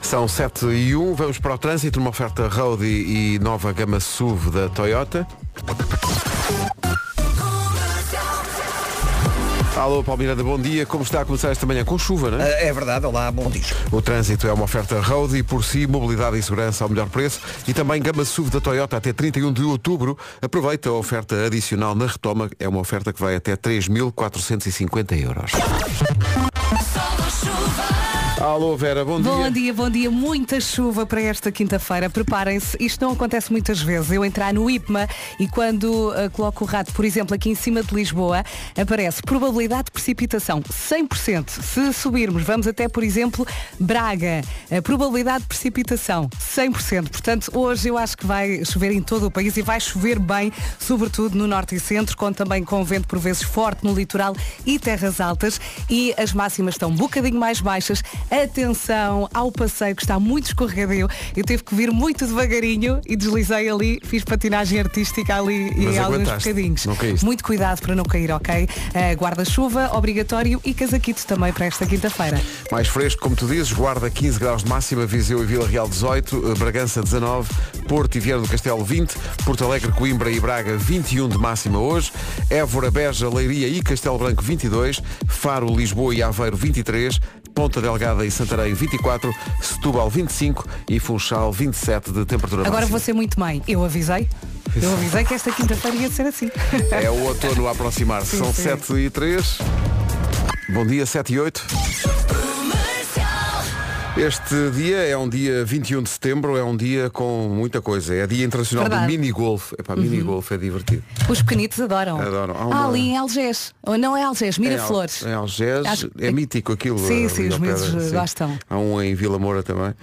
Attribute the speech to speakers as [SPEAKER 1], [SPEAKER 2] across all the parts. [SPEAKER 1] São 7 e 1, vamos para o trânsito, uma oferta Road e, e nova gama SUV da Toyota. Alô, Paulo Miranda, bom dia. Como está a começar esta manhã? Com chuva,
[SPEAKER 2] Ah,
[SPEAKER 1] não é?
[SPEAKER 3] É verdade, olá, bom dia.
[SPEAKER 1] O trânsito é uma oferta Road e por si, mobilidade e segurança ao melhor preço e também gama SUV da Toyota até 31 de outubro. Aproveita a oferta adicional na retoma, é uma oferta que vai até 3.450 euros. Alô, Vera, bom,
[SPEAKER 4] Bom dia, bom dia. Muita chuva para esta quinta-feira. Preparem-se. Isto não acontece muitas vezes. Eu entrar no IPMA e quando ah, coloco o rato, por exemplo, aqui em cima de Lisboa, aparece probabilidade de precipitação 100%. Se subirmos, vamos até, por exemplo, Braga. A probabilidade de precipitação 100%. Portanto, hoje eu acho que vai chover em todo o país e vai chover bem, sobretudo no norte e centro, com também com vento por vezes forte no litoral e terras altas. E as máximas estão um bocadinho mais baixas. Atenção ao passeio que está muito escorregadio. Eu tive que vir muito devagarinho e deslizei ali, fiz patinagem artística ali
[SPEAKER 1] Mas
[SPEAKER 4] e alguns
[SPEAKER 1] aguentaste,
[SPEAKER 4] bocadinhos.
[SPEAKER 1] não caíste.
[SPEAKER 4] Muito cuidado para não cair, ok? Eh, Guarda-chuva obrigatório e casaquito também para esta quinta-feira.
[SPEAKER 1] Mais fresco, como tu dizes, Guarda 15 graus de máxima, Viseu e Vila Real 18, eh, Bragança 19, Porto e Viana do Castelo 20, Porto Alegre, Coimbra e Braga 21 de máxima hoje, Évora, Beja, Leiria e Castelo Branco 22, Faro, Lisboa e Aveiro 23, Ponta Delgada e Santarém 24, Setúbal 25 e Funchal 27 de temperatura
[SPEAKER 4] Agora
[SPEAKER 1] máxima.
[SPEAKER 4] vou ser muito mãe. Eu avisei. Eu avisei que esta quinta-feira ia ser assim.
[SPEAKER 1] É o outono a aproximar-se. São
[SPEAKER 4] sim.
[SPEAKER 1] 7 e 3. Bom dia, 7 e 8. Este dia é um dia 21 de setembro, é um dia com muita coisa. É dia internacional
[SPEAKER 4] Verdade. Uhum.
[SPEAKER 1] do mini-golf. Epá, mini-golf é divertido.
[SPEAKER 4] Os pequenitos adoram.
[SPEAKER 1] Adoram. Há uma-
[SPEAKER 4] Ah, ali em Algés. Ou não é Algés, Miraflores.
[SPEAKER 1] É, Al- é Algés,
[SPEAKER 4] Acho-
[SPEAKER 1] é mítico aquilo.
[SPEAKER 4] Sim,
[SPEAKER 1] ali
[SPEAKER 4] sim, os
[SPEAKER 1] ao pé da-
[SPEAKER 4] miúdos,
[SPEAKER 1] sim.
[SPEAKER 4] gostam. Uhum.
[SPEAKER 1] Há um em Vila Moura também.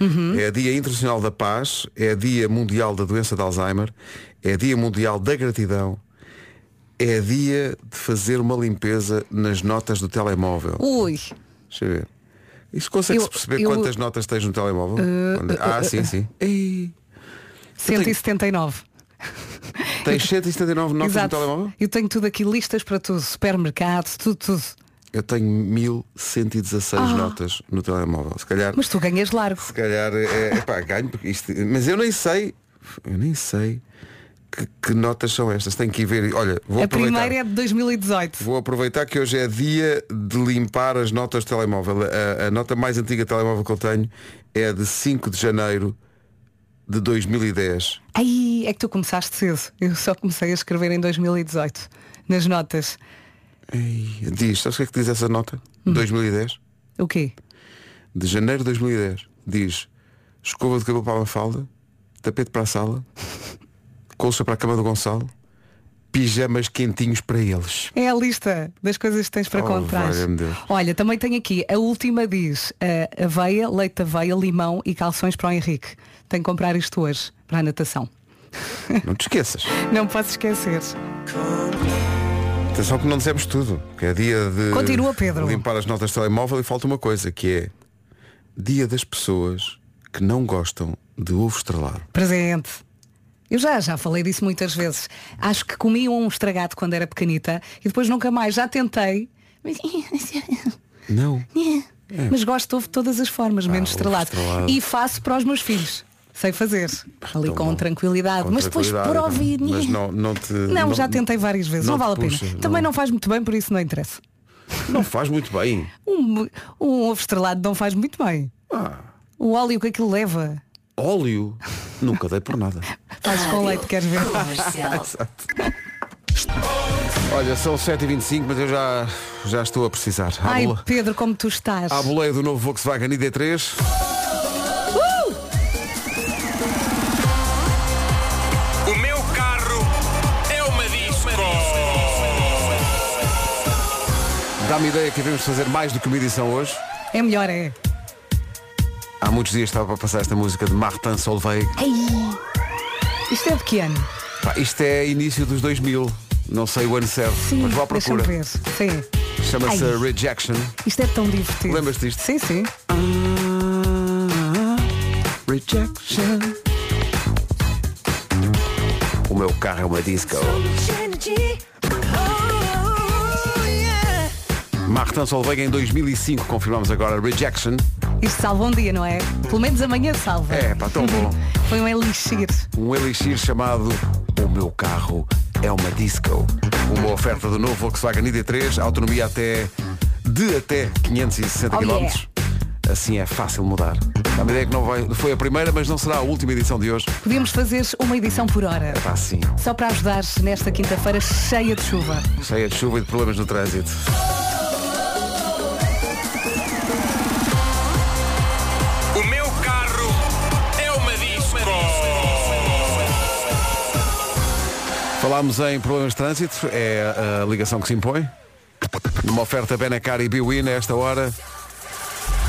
[SPEAKER 1] É Dia Internacional da Paz, é Dia Mundial da Doença de Alzheimer, é Dia Mundial da Gratidão, é dia de fazer uma limpeza nas notas do telemóvel.
[SPEAKER 4] Ui.
[SPEAKER 1] Deixa é. eu ver. Isso consegue-se
[SPEAKER 4] Eu-
[SPEAKER 1] perceber
[SPEAKER 4] eu- Eh,
[SPEAKER 1] quantas notas tens no telemóvel? Onde- ah, sim, sim. Ei,
[SPEAKER 4] 179.
[SPEAKER 1] tens 179 notas
[SPEAKER 4] Exato.
[SPEAKER 1] no telemóvel?
[SPEAKER 4] Eu tenho tudo aqui, listas para tudo, supermercado, tudo, tudo.
[SPEAKER 1] Eu tenho 1116
[SPEAKER 4] Ah.
[SPEAKER 1] notas no telemóvel. Se calhar
[SPEAKER 4] Mas tu ganhas largo.
[SPEAKER 1] Se calhar é, epá, ganho porque isto. Mas eu nem sei, eu nem sei que, que notas são estas. Tenho que ir ver. Olha, vou
[SPEAKER 4] A
[SPEAKER 1] aproveitar.
[SPEAKER 4] primeira é de 2018.
[SPEAKER 1] Vou aproveitar que hoje é dia de limpar as notas de telemóvel. A, a nota mais antiga de telemóvel que eu tenho é de 5 de janeiro de 2010.
[SPEAKER 4] Aí é que tu começaste cedo. Eu só comecei a escrever em 2018. Nas notas.
[SPEAKER 1] Ei, diz, sabes o que é que diz essa nota?
[SPEAKER 4] Hum.
[SPEAKER 1] 2010?
[SPEAKER 4] O quê?
[SPEAKER 1] De janeiro de 2010. Diz escova de cabelo para a falda, tapete para a sala, colcha para a cama do Gonçalo, pijamas quentinhos para eles.
[SPEAKER 4] É a lista das coisas que tens para
[SPEAKER 1] Oh,
[SPEAKER 4] comprar.
[SPEAKER 1] valha-me Deus.
[SPEAKER 4] Olha, também tenho aqui, a última diz ah, aveia, leite de aveia, limão e calções para o Henrique. Tenho que comprar isto hoje para a natação.
[SPEAKER 1] Não te esqueças.
[SPEAKER 4] Não posso esquecer.
[SPEAKER 1] Atenção que não dissemos tudo. Que é dia de
[SPEAKER 4] Continua, Pedro.
[SPEAKER 1] limpar as notas de telemóvel e falta uma coisa, que é dia das pessoas que não gostam de ovo estrelado.
[SPEAKER 4] Presente. Eu já, já falei disso muitas vezes. Acho que comi um estragado quando era pequenita e depois nunca mais. Já tentei. Mas,
[SPEAKER 1] Não.
[SPEAKER 4] mas gosto de ovo de todas as formas,
[SPEAKER 1] Ah, ovo
[SPEAKER 4] menos estrelado.
[SPEAKER 1] estrelado.
[SPEAKER 4] E faço para os meus filhos. Sei fazer. Ali
[SPEAKER 1] Então,
[SPEAKER 4] com
[SPEAKER 1] não.
[SPEAKER 4] tranquilidade.
[SPEAKER 1] Com
[SPEAKER 4] mas depois por
[SPEAKER 1] tranquilidade,
[SPEAKER 4] ouvir.
[SPEAKER 1] Mas não, não te.
[SPEAKER 4] Não, já tentei várias vezes. Não,
[SPEAKER 1] te
[SPEAKER 4] vale a pena.
[SPEAKER 1] puxa,
[SPEAKER 4] Também não. faz muito bem, por isso não interessa.
[SPEAKER 1] Não faz muito bem.
[SPEAKER 4] Um, um ovo estrelado não faz muito bem.
[SPEAKER 1] Ah,
[SPEAKER 4] O óleo que aquilo leva.
[SPEAKER 1] óleo. Nunca dei por nada.
[SPEAKER 4] Fazes com
[SPEAKER 1] Ah.
[SPEAKER 4] leite, queres ver?
[SPEAKER 1] Olha, são 7h25, mas eu já, já estou a precisar. À
[SPEAKER 4] Ai,
[SPEAKER 1] bola-
[SPEAKER 4] Pedro, como tu estás.
[SPEAKER 1] À boleia do novo Volkswagen ID3.
[SPEAKER 5] O meu carro é uma disco.
[SPEAKER 1] Dá-me ideia que devemos fazer mais do que uma edição hoje.
[SPEAKER 4] É melhor, é.
[SPEAKER 1] Há muitos dias estava para passar esta música de Martin Solveig.
[SPEAKER 4] Isto é de que ano?
[SPEAKER 1] Pá, isto é início dos 2000. Não sei o ano certo, mas vou à procura.
[SPEAKER 4] deixa-me ver. Sim.
[SPEAKER 1] Chama-se
[SPEAKER 4] Ai.
[SPEAKER 1] Rejection.
[SPEAKER 4] Isto é tão divertido.
[SPEAKER 1] Lembras-te disto?
[SPEAKER 4] Sim, sim.
[SPEAKER 1] Rejection. O meu carro é uma disco. Martin Solveig em 2005, confirmamos agora Rejection.
[SPEAKER 4] Isto salva um dia, não é? Pelo menos amanhã salva.
[SPEAKER 1] É, pá, tão bom.
[SPEAKER 4] Foi um elixir.
[SPEAKER 1] Um elixir chamado O Meu Carro é uma Disco. Uma oferta do novo Volkswagen ID3, autonomia até de até 560
[SPEAKER 4] Oh,
[SPEAKER 1] km.
[SPEAKER 4] yeah.
[SPEAKER 1] Assim é fácil mudar. Dá uma ideia que não vai, foi a primeira, mas não será a última edição de hoje.
[SPEAKER 4] Podíamos fazer uma edição por hora.
[SPEAKER 1] Está assim,
[SPEAKER 4] Só para ajudar nesta quinta-feira cheia de chuva.
[SPEAKER 1] cheia de chuva e de problemas no trânsito.
[SPEAKER 5] O meu carro é uma disco.
[SPEAKER 1] Falámos em problemas de trânsito, é a ligação que se impõe. Numa oferta Benacar e Biwin a esta hora.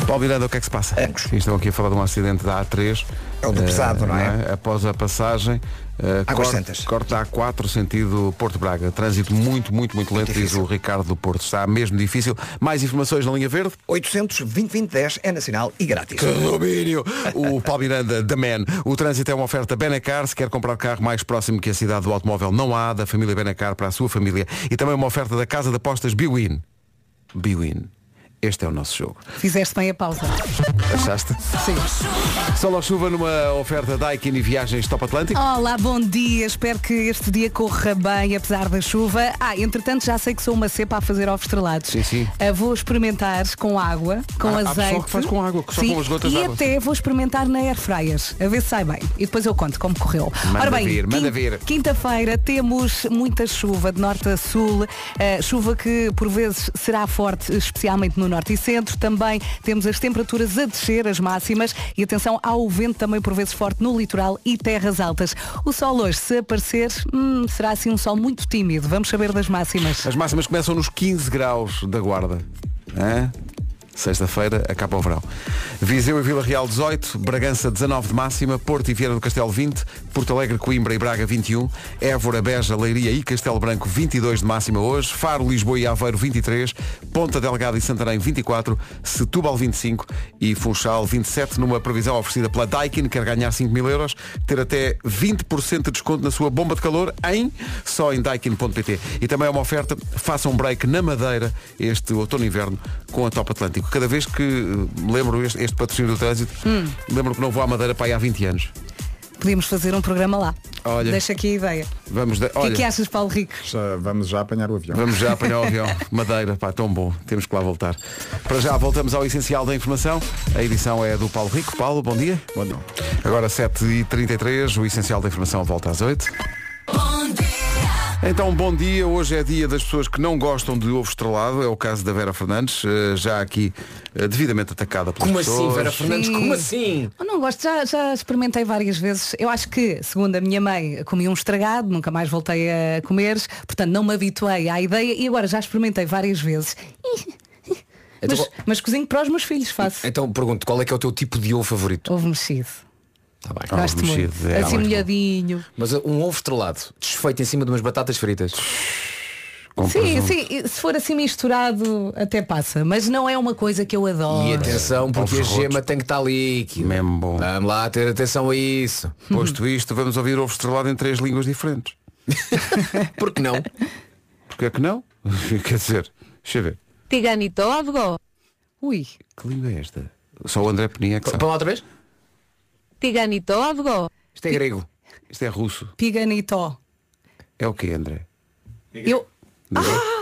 [SPEAKER 1] Paulo Miranda, o que é que se passa?
[SPEAKER 3] Angos.
[SPEAKER 1] E Estão aqui a falar de um acidente da A3.
[SPEAKER 3] É o do
[SPEAKER 1] Eh,
[SPEAKER 3] pesado, não é?
[SPEAKER 1] Após a passagem, eh,
[SPEAKER 3] Águas
[SPEAKER 1] corte-
[SPEAKER 3] Santas.
[SPEAKER 1] corta A4 sentido Porto Braga. Trânsito muito, muito, muito lento, diz o Ricardo do Porto. Está mesmo difícil. Mais informações na linha verde?
[SPEAKER 3] 800 2010 é nacional e grátis.
[SPEAKER 1] Domínio. O Paulo Miranda, The Man. O trânsito é uma oferta Benacar. Se quer comprar carro mais próximo que a cidade do automóvel, não há. Da família Benacar para a sua família. E também uma oferta da Casa de Apostas Biwin. Biwin. Este é o nosso jogo.
[SPEAKER 4] Fizeste bem a pausa.
[SPEAKER 1] Achaste?
[SPEAKER 4] Sim.
[SPEAKER 1] Sol ou chuva numa oferta Daikin e viagens Top Atlântico.
[SPEAKER 4] Olá, bom dia. Espero que este dia corra bem, apesar da chuva. Ah, entretanto, já sei que sou uma cepa a fazer ovos estrelados.
[SPEAKER 1] Sim, sim.
[SPEAKER 4] Ah, vou experimentar com água, com
[SPEAKER 1] Há- há pessoal
[SPEAKER 4] azeite.
[SPEAKER 1] que faz com água, só
[SPEAKER 4] Sim,
[SPEAKER 1] com as gotas
[SPEAKER 4] E
[SPEAKER 1] de água.
[SPEAKER 4] até vou experimentar na air fryer, a ver se sai bem. E depois eu conto como correu.
[SPEAKER 1] Manda
[SPEAKER 4] Ora bem,
[SPEAKER 1] vir, manda
[SPEAKER 4] quin-
[SPEAKER 1] vir.
[SPEAKER 4] Quinta-feira temos muita chuva de norte a sul, eh, chuva que por vezes será forte, especialmente no norte e centro. Também temos as temperaturas a descer, as máximas, e atenção ao vento também por vezes forte no litoral e terras altas. O sol hoje, se aparecer, hum, será assim um sol muito tímido. Vamos saber das máximas.
[SPEAKER 1] As máximas começam nos 15 graus da guarda. Hã? Sexta-feira acaba o verão. Viseu e Vila Real 18, Bragança 19 de máxima, Porto e Vieira do Castelo 20, Porto Alegre, Coimbra e Braga 21, Évora, Beja, Leiria e Castelo Branco 22 de máxima hoje, Faro, Lisboa e Aveiro 23, Ponta Delgada e Santarém 24, Setúbal 25 e Funchal 27, numa previsão oferecida pela Daikin, quer ganhar 5 mil euros, ter até 20% de desconto na sua bomba de calor em só em daikin.pt. E também é uma oferta, faça um break na Madeira este outono e inverno com a Top Atlântico. Cada vez que eh, me lembro este, este patrocínio do trânsito,
[SPEAKER 4] Hum.
[SPEAKER 1] lembro que não vou à Madeira para aí há 20 anos.
[SPEAKER 4] Podíamos fazer um programa lá.
[SPEAKER 1] Olha.
[SPEAKER 4] Deixa aqui a ideia.
[SPEAKER 1] Vamos, da-
[SPEAKER 4] O que é
[SPEAKER 1] olha,
[SPEAKER 4] que achas, Paulo Rico?
[SPEAKER 6] Já- vamos já apanhar o avião.
[SPEAKER 1] vamos já apanhar o avião. Madeira, pá, tão bom. Temos que lá voltar. Para já voltamos ao essencial da informação. A edição é do Paulo Rico. Paulo, bom dia. Bom dia. Agora 7h33, o essencial da informação volta às 8 Então, bom dia. Hoje é dia das pessoas que não gostam de ovo estrelado. É o caso da Vera Fernandes, eh, já aqui eh, devidamente atacada pelas
[SPEAKER 2] Como
[SPEAKER 1] pessoas.
[SPEAKER 2] assim, Vera Fernandes?
[SPEAKER 4] Sim.
[SPEAKER 2] Como assim?
[SPEAKER 4] Eu não gosto, já, já experimentei várias vezes. Eu acho que, segundo a minha mãe, comi um estragado, nunca mais voltei a comer, portanto não me habituei à ideia e agora já experimentei várias vezes.
[SPEAKER 2] Então,
[SPEAKER 4] Mas,
[SPEAKER 2] qual-
[SPEAKER 4] mas cozinho para os meus filhos, faço.
[SPEAKER 2] Então pergunto, qual é que é o teu tipo de ovo favorito?
[SPEAKER 4] Ovo mexido.
[SPEAKER 2] Tá bem.
[SPEAKER 1] ovo
[SPEAKER 4] Gosto
[SPEAKER 1] mexido,
[SPEAKER 4] muito.
[SPEAKER 1] é, é
[SPEAKER 4] assim
[SPEAKER 1] muito
[SPEAKER 4] molhadinho.
[SPEAKER 2] Mas uh, um ovo estrelado, desfeito em cima de umas batatas fritas.
[SPEAKER 1] Com
[SPEAKER 4] Sim,
[SPEAKER 1] Um presunto.
[SPEAKER 4] sim, e se for assim misturado até passa, mas não é uma coisa que eu
[SPEAKER 2] E
[SPEAKER 4] adoro.
[SPEAKER 2] atenção, porque a
[SPEAKER 1] Ovos rotos.
[SPEAKER 2] gema tem que estar líquida.
[SPEAKER 1] Mesmo bom.
[SPEAKER 2] Vamos lá ter atenção a isso.
[SPEAKER 1] Posto isto, vamos ouvir ovo estrelado em três línguas diferentes.
[SPEAKER 2] Porque não?
[SPEAKER 1] Porque é que não? Quer dizer, deixa eu ver.
[SPEAKER 7] Tiganito Avgo,
[SPEAKER 4] Ui,
[SPEAKER 1] Que língua é esta? Só o André Peninha é que sabe.
[SPEAKER 2] Vamos lá outra vez?
[SPEAKER 7] Tiganito Avgo,
[SPEAKER 2] Isto é grego.
[SPEAKER 1] Isto é russo.
[SPEAKER 4] piganito.
[SPEAKER 1] É o quê, André?
[SPEAKER 4] Eu,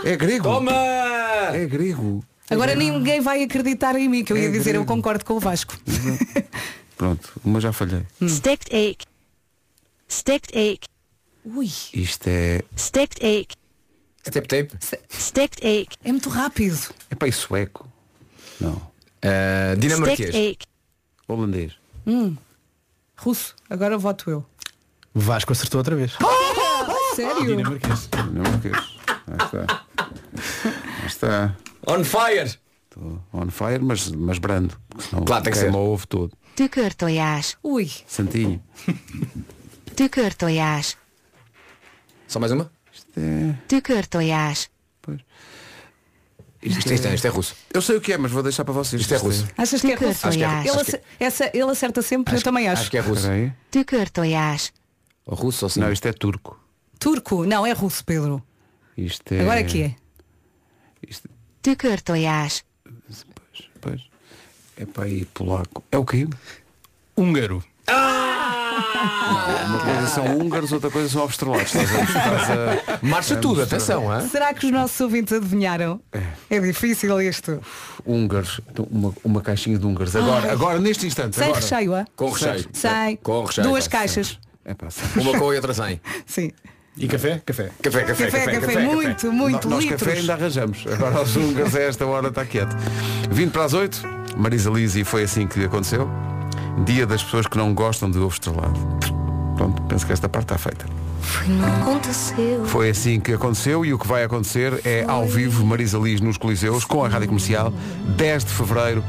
[SPEAKER 1] É grego.
[SPEAKER 2] Ah! Toma!
[SPEAKER 1] É grego.
[SPEAKER 4] agora ninguém vai acreditar em mim, que eu ia dizer, eu concordo com o Vasco.
[SPEAKER 1] Pronto, uma já falhei.
[SPEAKER 8] Stacked egg. Stacked egg.
[SPEAKER 4] Ui,
[SPEAKER 1] Isto é.
[SPEAKER 8] Stacked egg.
[SPEAKER 2] Step tape.
[SPEAKER 8] Stacked egg.
[SPEAKER 4] é muito rápido.
[SPEAKER 1] É para sueco. Não.
[SPEAKER 2] Uh,
[SPEAKER 8] Stacked
[SPEAKER 1] é-
[SPEAKER 2] dinamarquês.
[SPEAKER 8] egg.
[SPEAKER 1] Holandês.
[SPEAKER 4] Russo, agora voto eu. Oh!
[SPEAKER 9] Vasco acertou outra vez.
[SPEAKER 4] Sério?
[SPEAKER 1] Dinamarquês. Lá está. Lá está.
[SPEAKER 2] On fire!
[SPEAKER 1] Estou on fire, mas, mas brando. porque Senão
[SPEAKER 2] Claro, tem que
[SPEAKER 1] queima
[SPEAKER 2] ser.
[SPEAKER 1] o ovo todo.
[SPEAKER 7] Tükör tojás,
[SPEAKER 4] Ui,
[SPEAKER 1] Santinho.
[SPEAKER 7] tükör tojás,
[SPEAKER 2] Só mais uma?
[SPEAKER 1] Isto é...
[SPEAKER 7] tükör tojás,
[SPEAKER 2] Isto, isto é, isto é russo.
[SPEAKER 1] Eu sei o que é, mas vou deixar para vocês.
[SPEAKER 2] Isto é russo.
[SPEAKER 4] achas que é
[SPEAKER 7] Tükör
[SPEAKER 4] russo?
[SPEAKER 7] tojás,
[SPEAKER 4] Ele, ace- essa- ele acerta sempre, eu também acho.
[SPEAKER 2] Acho que é russo.
[SPEAKER 1] Espera aí.
[SPEAKER 7] tükör tojás,
[SPEAKER 2] Ou russo ou sim?
[SPEAKER 1] Não, isto é turco.
[SPEAKER 4] Turco? Não, é russo, Pedro.
[SPEAKER 1] Isto é.
[SPEAKER 4] Agora é que é.
[SPEAKER 1] Isto...
[SPEAKER 7] tükör tojás,
[SPEAKER 1] Pois. É para aí polaco. É o quê? Ah!
[SPEAKER 9] Húngaro.
[SPEAKER 1] Uma coisa são húngaros, outra coisa são australados. Estás a- estás a-
[SPEAKER 2] Marcha tudo, atenção, hã?
[SPEAKER 4] Será que os nossos ouvintes adivinharam? É difícil isto.
[SPEAKER 1] Húngaros. Então, Uma, uma caixinha de húngaros. Agora, agora neste instante.
[SPEAKER 4] Sem
[SPEAKER 1] Agora.
[SPEAKER 4] recheio, hã?
[SPEAKER 2] Com recheio.
[SPEAKER 4] Sem.
[SPEAKER 2] Com recheio.
[SPEAKER 4] Duas
[SPEAKER 2] pá.
[SPEAKER 4] caixas.
[SPEAKER 1] É pá, sim.
[SPEAKER 2] Uma com a outra sem.
[SPEAKER 4] Sim.
[SPEAKER 9] E café? Café.
[SPEAKER 2] Café, café,
[SPEAKER 4] Café, café, muito, muito,
[SPEAKER 1] Nós
[SPEAKER 4] litros.
[SPEAKER 1] café ainda arranjamos. Agora aos húngaros a esta hora está quieto. 20 para as 8, Marisa Lise e foi assim que aconteceu. Dia das pessoas que não gostam de ovo estrelado. Pronto, penso que esta parte está feita.
[SPEAKER 6] Aconteceu.
[SPEAKER 1] Foi assim que aconteceu e o que vai acontecer é ao vivo Marisa Liz nos Coliseus com a Rádio Comercial 10 de Fevereiro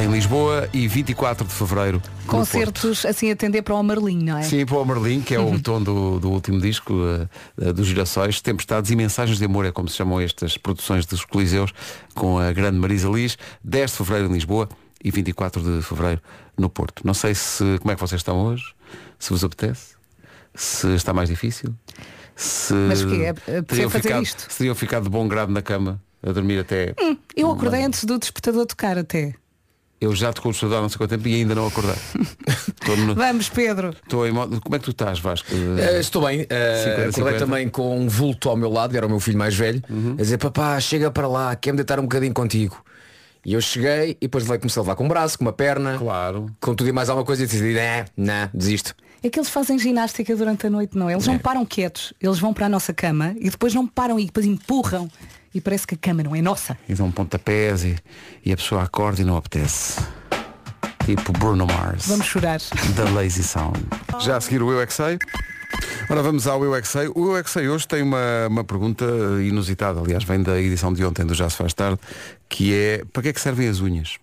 [SPEAKER 1] em Lisboa e 24 de Fevereiro no Porto.
[SPEAKER 4] Concertos assim a tender para o Marlinho, não é?
[SPEAKER 1] Sim, para o Merlin, que é
[SPEAKER 4] Uhum.
[SPEAKER 1] o tom do, do último disco eh, eh, dos Girassóis, Tempestades e Mensagens de Amor, é como se chamam estas produções dos Coliseus, com a grande Marisa Liz, 10 de Fevereiro em Lisboa e 24 de Fevereiro no Porto. Não sei se como é que vocês estão hoje, se vos apetece, se está mais difícil, se,
[SPEAKER 4] Mas porquê? É- é possível fazer
[SPEAKER 1] ficado,
[SPEAKER 4] isto? Hum.
[SPEAKER 1] se teriam ficado de bom grado na cama a dormir até.
[SPEAKER 4] Eu acordei antes do despertador tocar até.
[SPEAKER 1] Eu já tocou o estudar há não sei quanto tempo e ainda não acordei. Estou no-
[SPEAKER 4] Vamos, Pedro.
[SPEAKER 1] estou em modo- Como é que tu estás, Vasco?
[SPEAKER 2] Eh, estou bem, eh,
[SPEAKER 1] 50,
[SPEAKER 2] acordei
[SPEAKER 1] 50.
[SPEAKER 2] também com um vulto ao meu lado, era o meu filho mais velho,
[SPEAKER 1] Uhum.
[SPEAKER 2] a dizer, papá, chega para lá, quer-me deitar um bocadinho contigo. E eu cheguei e depois vai começar a levar com um braço, com uma perna,
[SPEAKER 1] Claro.
[SPEAKER 2] com tudo e mais alguma coisa e decidi, né, não, desisto.
[SPEAKER 4] É que eles fazem ginástica durante a noite, não. é? Eles não param quietos. Eles vão para a nossa cama e depois não param e depois empurram. E parece que a cama não é nossa.
[SPEAKER 1] e dão pontapés e, e a pessoa acorda e não apetece. Tipo Bruno Mars,
[SPEAKER 4] Vamos chorar.
[SPEAKER 1] da Lazy Sound. Já a seguir o Eu É Que Sei. Ora, vamos ao Eu É Que Sei. O Eu É Que Sei hoje tem uma, uma pergunta inusitada, aliás, vem da edição de ontem do Já Se Faz Tarde, que é para que é que servem as unhas?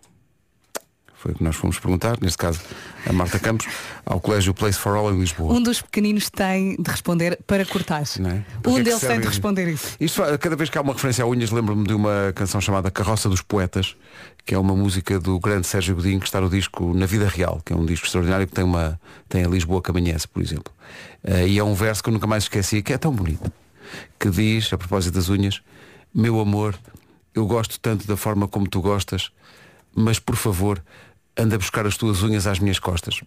[SPEAKER 1] Foi o que nós fomos perguntar, neste caso a Marta Campos, ao Colégio Place for All em Lisboa.
[SPEAKER 4] Um dos pequeninos tem de responder para cortar.
[SPEAKER 1] Não é? Porque é
[SPEAKER 4] Um
[SPEAKER 1] que
[SPEAKER 4] deles
[SPEAKER 1] serve
[SPEAKER 4] tem de
[SPEAKER 1] isso?
[SPEAKER 4] responder isso.
[SPEAKER 1] Isto, fa- cada vez que há uma referência a unhas, lembro-me de uma canção chamada Carroça dos Poetas, que é uma música do grande Sérgio Godinho, que está no disco Na Vida Real, que é um disco extraordinário que tem, uma, tem a Lisboa que amanhece, por exemplo. Eh, e é um verso que eu nunca mais esqueci, que é tão bonito, que diz, a propósito das unhas, meu amor, eu gosto tanto da forma como tu gostas, mas por favor, anda buscar as tuas unhas às minhas costas.